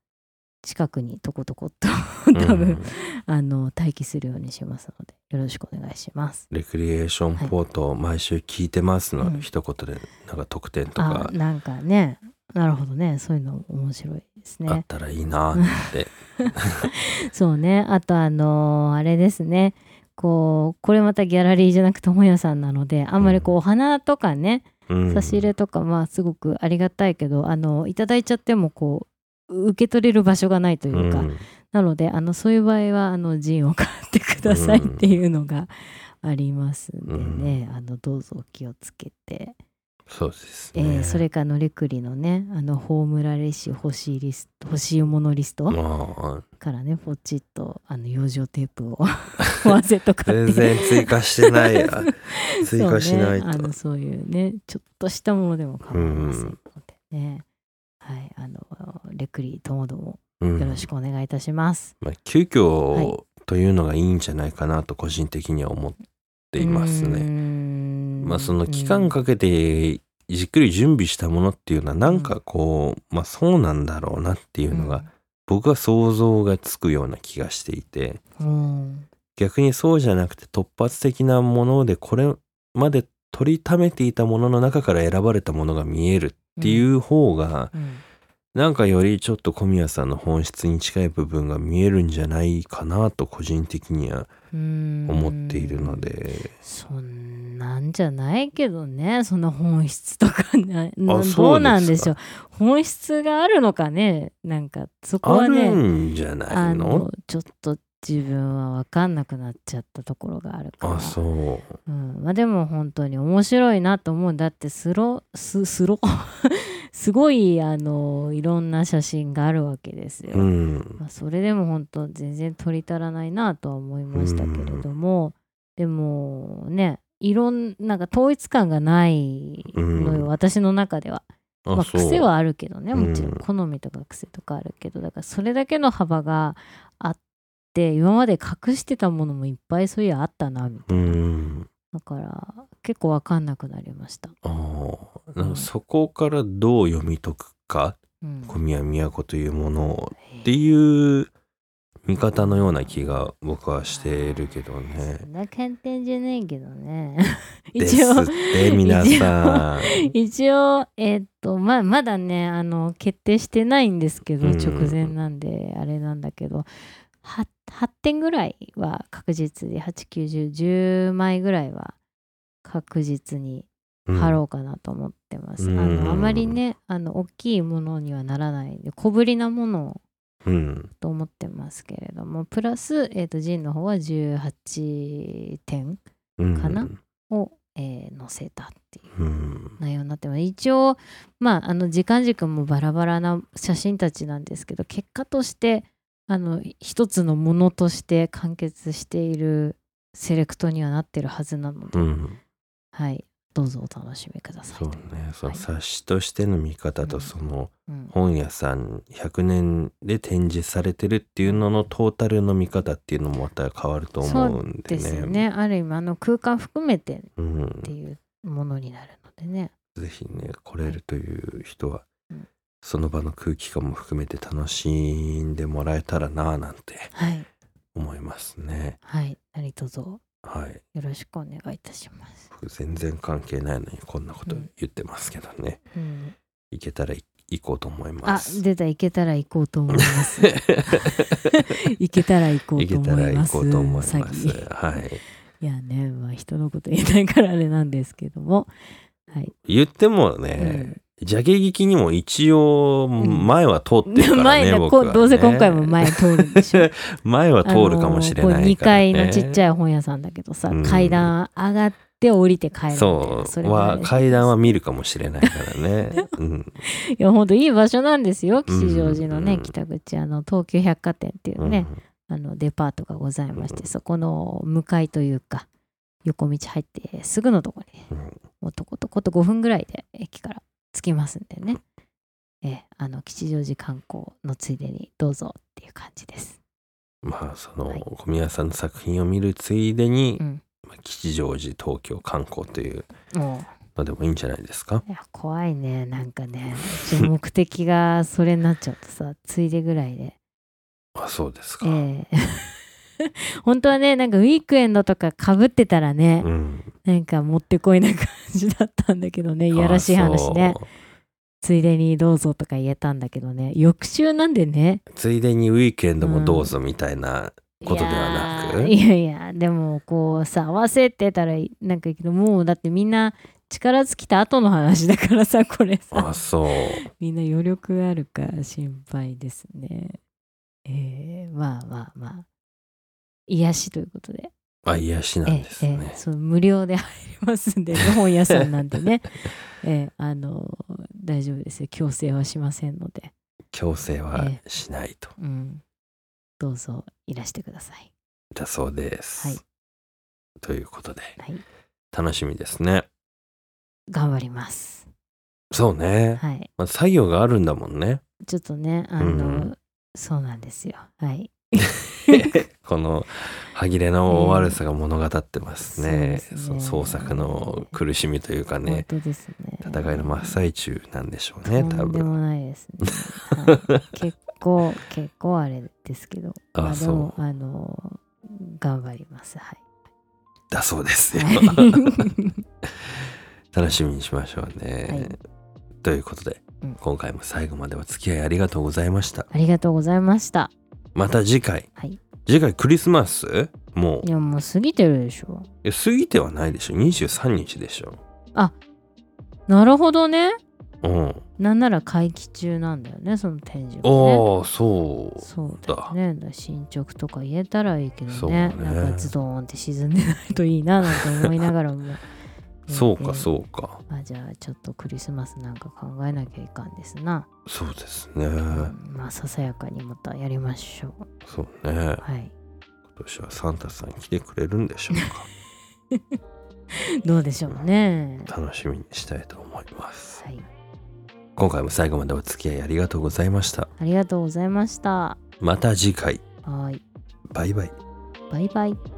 Speaker 2: 近くにとことこっと
Speaker 1: うん
Speaker 2: 多分、あの待機するようにしますのでよろしくお願いします。
Speaker 1: レクリエーションポートを毎週聞いてますの、
Speaker 2: うん
Speaker 1: 一言でなんか特典と
Speaker 2: あ
Speaker 1: か
Speaker 2: なんかねなるほどねそういうの面白いですね。
Speaker 1: あったらいいな って、
Speaker 2: そうねあとあのーあれですねこうこれまたギャラリーじゃなくて本屋さんなのであんまりこうお花とかね
Speaker 1: うん
Speaker 2: 差し入れとかまあすごくありがたいけどあのいただいちゃってもこう受け取れる場所がないというか、
Speaker 1: ん
Speaker 2: なのであのそういう場合はあのジンを買ってくださいっていうのがありますんでね、あのどうぞお気をつけて、
Speaker 1: そうです
Speaker 2: え
Speaker 1: ね、
Speaker 2: ーそれからのレクリのねあの葬られし欲しいリスト欲しいものリスト、
Speaker 1: まあ
Speaker 2: からねポチッとあの養生テープを ワゼット買っ
Speaker 1: 全
Speaker 2: て
Speaker 1: 然追加してな いや追加しない
Speaker 2: そう,、ね、あ
Speaker 1: と
Speaker 2: のそういうねちょっとしたものでも構いませんのでね、はいあのレクリーともども
Speaker 1: うん
Speaker 2: よろしくお願いいたします、
Speaker 1: まあ、急
Speaker 2: はい
Speaker 1: 遽というのがいいんじゃないかなと個人的には思っています
Speaker 2: うー
Speaker 1: ね。
Speaker 2: ん
Speaker 1: まあその期間かけてじっくり準備したものっていうのはなんかこう、まあそうなんだろうなっていうのが、僕は想像がつくような気がしていて
Speaker 2: うん
Speaker 1: 逆にそうじゃなくて突発的なものでこれまで取りためていたものの中から選ばれたものが見えるっていう方が
Speaker 2: うん
Speaker 1: なんかよりちょっと小宮さんの本質に近い部分が見えるんじゃないかなと個人的には思
Speaker 2: 思
Speaker 1: っているので、
Speaker 2: そんなんじゃないけどねその本質とかね
Speaker 1: そうですか
Speaker 2: どうなんでしょう本質があるのかねなんかそこ
Speaker 1: あ
Speaker 2: は
Speaker 1: る
Speaker 2: ね
Speaker 1: んじゃないの
Speaker 2: ちょっと自分は分かんなくなっちゃったところがあるから
Speaker 1: あそう
Speaker 2: うんまあ、でも本当に面白いなと思うんだってスロススロ すごいあのいろんな写真があるわけですよ。
Speaker 1: うん
Speaker 2: まあ、それでも本当全然取り足らないなとは思いましたけれども、でもねいろんなんか統一感がないのよ、
Speaker 1: うん
Speaker 2: 私の中では。
Speaker 1: あ、
Speaker 2: まあ、
Speaker 1: そう
Speaker 2: 癖はあるけどねもちろ
Speaker 1: うん
Speaker 2: ん好みとか癖とかあるけど、だからそれだけの幅があって今まで隠してたものもいっぱいそういやあったなみたいな。
Speaker 1: うん
Speaker 2: だから結構わかんなくなりました。
Speaker 1: あーなんかそこからどう読み解くか
Speaker 2: うん、
Speaker 1: 小宮都というものを
Speaker 2: っ
Speaker 1: っていう見方のような気が僕はしてるけどね
Speaker 2: そ。んな簡単じゃないけどね。
Speaker 1: で す
Speaker 2: 一応
Speaker 1: って皆さん。
Speaker 2: 一応えーっとままだねあの決定してないんですけど
Speaker 1: うん
Speaker 2: 直前なんであれなんだけど 8, 8点ぐらいは確実に8910枚ぐらいは確実に貼ろうかなと思ってます。
Speaker 1: うん
Speaker 2: あのあまりねあの大きいものにはならない小ぶりなものを
Speaker 1: うん。うん。
Speaker 2: と思ってますけれどもプラス、えー、とジンの方は18点
Speaker 1: うん
Speaker 2: かなを、えー載せたっていう
Speaker 1: うん。
Speaker 2: 内容になってます一応まああの時間軸もバラバラな写真たちなんですけど結果としてあの一つのものとして完結しているセレクトにはなってるはずなので、
Speaker 1: うん。
Speaker 2: はいどうぞお楽しみください
Speaker 1: そうね。その
Speaker 2: はい
Speaker 1: 冊子としての見方
Speaker 2: う
Speaker 1: と
Speaker 2: ん
Speaker 1: その
Speaker 2: うん
Speaker 1: 本屋さん100年で展示されてるっていうののトータルの見方っていうのもまた変わると思うんでね。
Speaker 2: ですよねある意味あの空間含めてっ
Speaker 1: うん
Speaker 2: て。いうものになるのでね、
Speaker 1: ぜひね、来れるという人は
Speaker 2: うん、
Speaker 1: その場の空気感も含めて楽しんでもらえたらなぁなんて
Speaker 2: はい
Speaker 1: 思いますね。
Speaker 2: はい何卒よ
Speaker 1: はい。
Speaker 2: ろしくお願いいたします。
Speaker 1: 僕全然関係ないのにこんなこと
Speaker 2: うん
Speaker 1: 言ってますけどね。
Speaker 2: うん、
Speaker 1: 行けたらい行こうと思いま
Speaker 2: あ
Speaker 1: す。
Speaker 2: 出た行けたら行こうと思い ます。行けたら行こう
Speaker 1: 行
Speaker 2: と
Speaker 1: けた
Speaker 2: 思
Speaker 1: ら
Speaker 2: いま
Speaker 1: 行
Speaker 2: す。
Speaker 1: こうと思います。
Speaker 2: 詐欺
Speaker 1: はい。
Speaker 2: いやね、まあ人のこと言えないからあれなんですけども、はい。
Speaker 1: 言ってもね、ジャケ聞きにも一応
Speaker 2: ん
Speaker 1: 前は通ってるから ね、
Speaker 2: 前ね、
Speaker 1: 僕
Speaker 2: こ
Speaker 1: はね
Speaker 2: うどうせ今回も前通るんでしょ。
Speaker 1: 前は通るかもしれないから、ね。
Speaker 2: 2階のちっち
Speaker 1: ゃい。
Speaker 2: ゃい本屋さんだけどさ、
Speaker 1: うん
Speaker 2: 階段上がって降りて帰るみたいな
Speaker 1: そう
Speaker 2: れもあ
Speaker 1: は
Speaker 2: れ
Speaker 1: 階段は見るかもしれないから ね。うん、
Speaker 2: いや本当いい場所なんですよ吉祥寺のね、
Speaker 1: うん
Speaker 2: 北口あの東急百貨店っていうね、
Speaker 1: うん
Speaker 2: あのデパートがございまして、
Speaker 1: うん
Speaker 2: そこの向かいというか横道入ってすぐのとこに、ね
Speaker 1: うん
Speaker 2: もうとことこと5分ぐらいで駅から着きますんでね、ええあの吉祥寺観光のついでにどうぞっていう感じです。
Speaker 1: まあその
Speaker 2: はい
Speaker 1: 小宮さんの作品を見るついでに、
Speaker 2: うん
Speaker 1: まあ吉祥寺東京観光という
Speaker 2: も
Speaker 1: のでもいいんじゃないですか。
Speaker 2: ういや怖いねなんかねちょっと目的がそれになっちゃうとさついでぐらいで
Speaker 1: あそうですか。
Speaker 2: ええ 本当はねなんかウィークエンドとかかぶってたらね、
Speaker 1: うん、
Speaker 2: なんかもってこいな感じだったんだけどねいやらしい話ね
Speaker 1: あそう
Speaker 2: ついでにどうぞとか言えたんだけどね翌週なんでね
Speaker 1: ついでにウィークエンドもどうぞみたいな、ことではなく
Speaker 2: いやいやいやでもこうさ合わせてたらなんかいいけどもうだってみんな力尽きた後の話だからさこれさ
Speaker 1: あそう
Speaker 2: みんな余力あるか心配ですねえー、まあまあまあ癒しということで
Speaker 1: あ癒しなんです
Speaker 2: えええ
Speaker 1: ね
Speaker 2: え、。そう無料で入りますん で、ね、本屋さんなんでね、ええあの大丈夫ですよ強制はしませんので、
Speaker 1: 強制は
Speaker 2: え
Speaker 1: しないと
Speaker 2: うん、どうぞいらしてください。
Speaker 1: だそうです。
Speaker 2: はい
Speaker 1: ということで
Speaker 2: はい、
Speaker 1: 楽しみですね。
Speaker 2: 頑張ります。
Speaker 1: そうね、
Speaker 2: はい、
Speaker 1: まあ、作業があるんだもんね。
Speaker 2: ちょっとねあの、
Speaker 1: うん
Speaker 2: そうなんですよ。はい、
Speaker 1: この歯切れの悪さが物語ってますね。
Speaker 2: ええ
Speaker 1: その創作の苦しみというか
Speaker 2: 本
Speaker 1: ね、
Speaker 2: 当ですね。
Speaker 1: 戦いの真っ最中なんでしょうね、
Speaker 2: ね、
Speaker 1: 多
Speaker 2: とんで
Speaker 1: 分。
Speaker 2: もないですね。はい、結構結構あれですけど、
Speaker 1: あ
Speaker 2: まあ、で
Speaker 1: そ
Speaker 2: もあの頑張ります。はい。
Speaker 1: うだそうですよ。
Speaker 2: はい
Speaker 1: 楽しみにしましょうね。
Speaker 2: はい
Speaker 1: ということで
Speaker 2: うん
Speaker 1: 今回も最後までお付き合いありがとうございました
Speaker 2: ありがとうございました。
Speaker 1: また次回
Speaker 2: はい。
Speaker 1: 次回クリスマスもう
Speaker 2: いやもう過ぎてるでしょ。
Speaker 1: え過ぎてはないでしょ23日でしょ
Speaker 2: なるほどね。
Speaker 1: うん
Speaker 2: なんなら会期中なんだよね、その展示がね。
Speaker 1: ああそう
Speaker 2: そうだよね。だから進捗とか言えたらいいけど
Speaker 1: そう
Speaker 2: ね。
Speaker 1: ね
Speaker 2: なんかズドーンって沈んでないといいななんて思いながらも。
Speaker 1: そうか
Speaker 2: う。
Speaker 1: そうか
Speaker 2: まあじゃあちょっとクリスマスなんか考えなきゃいかんですな。
Speaker 1: そうですね
Speaker 2: うんまあささやかにまたやりましょう。
Speaker 1: そうね
Speaker 2: はい。
Speaker 1: 今年はサンタさん来てくれるんでしょう
Speaker 2: どうでしょう ね。
Speaker 1: か楽しみにしたいと思います
Speaker 2: はい。
Speaker 1: 今回も最後までお付き合いありがとうございました
Speaker 2: ありがとうございました。
Speaker 1: また次回
Speaker 2: はい。
Speaker 1: バイバイ
Speaker 2: バイバイ。